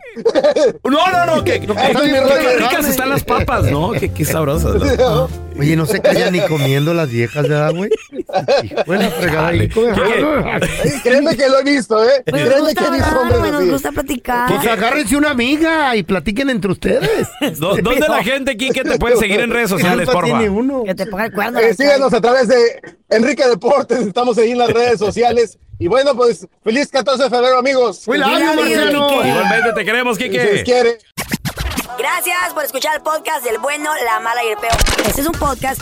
Speaker 1: No, no, no, que, que-
Speaker 2: está
Speaker 1: que-
Speaker 2: bien,
Speaker 1: que
Speaker 2: Roger.
Speaker 1: ricas están las papas, ¿no? Qué, qué sabrosas. ¿no?
Speaker 2: Oye, no se callan ni comiendo las viejas, ¿verdad, güey? Buena fregada.
Speaker 1: Chale.
Speaker 2: ahí, come-
Speaker 13: Ay, Créeme que lo he visto, ¿eh?
Speaker 2: Pues nos
Speaker 13: Créeme
Speaker 2: gusta
Speaker 13: que he visto
Speaker 2: hablar,
Speaker 13: hombres
Speaker 2: güey, nos
Speaker 13: así.
Speaker 2: gusta
Speaker 3: platicar.
Speaker 2: Pues agárrense una amiga y platiquen entre ustedes.
Speaker 1: ¿Dó- ¿Dónde la gente, Quique, te puede seguir en redes sociales,
Speaker 2: Alfa
Speaker 1: porfa?
Speaker 2: tiene uno.
Speaker 3: Que te ponga el cuerno.
Speaker 13: Eh, síganos a través de Enrique Deportes, estamos ahí en las redes sociales. Y bueno, pues feliz 14 de febrero, amigos.
Speaker 2: We love you, Marciano.
Speaker 1: Igualmente te queremos,
Speaker 13: Si ustedes
Speaker 1: Quique.
Speaker 13: quieren.
Speaker 3: Gracias por escuchar el podcast del bueno, la mala y el peor. Este es un podcast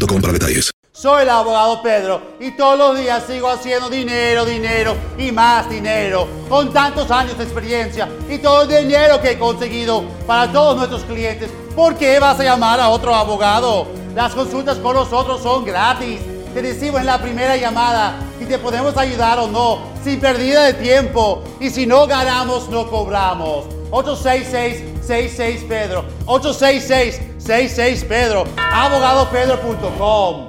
Speaker 10: para detalles.
Speaker 14: Soy el abogado Pedro y todos los días sigo haciendo dinero, dinero y más dinero. Con tantos años de experiencia y todo el dinero que he conseguido para todos nuestros clientes, ¿por qué vas a llamar a otro abogado? Las consultas con nosotros son gratis. Te recibo en la primera llamada y te podemos ayudar o no, sin pérdida de tiempo. Y si no ganamos, no cobramos. 866-66 Pedro. 866-66 Pedro. Abogadopedro.com.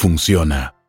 Speaker 15: funciona.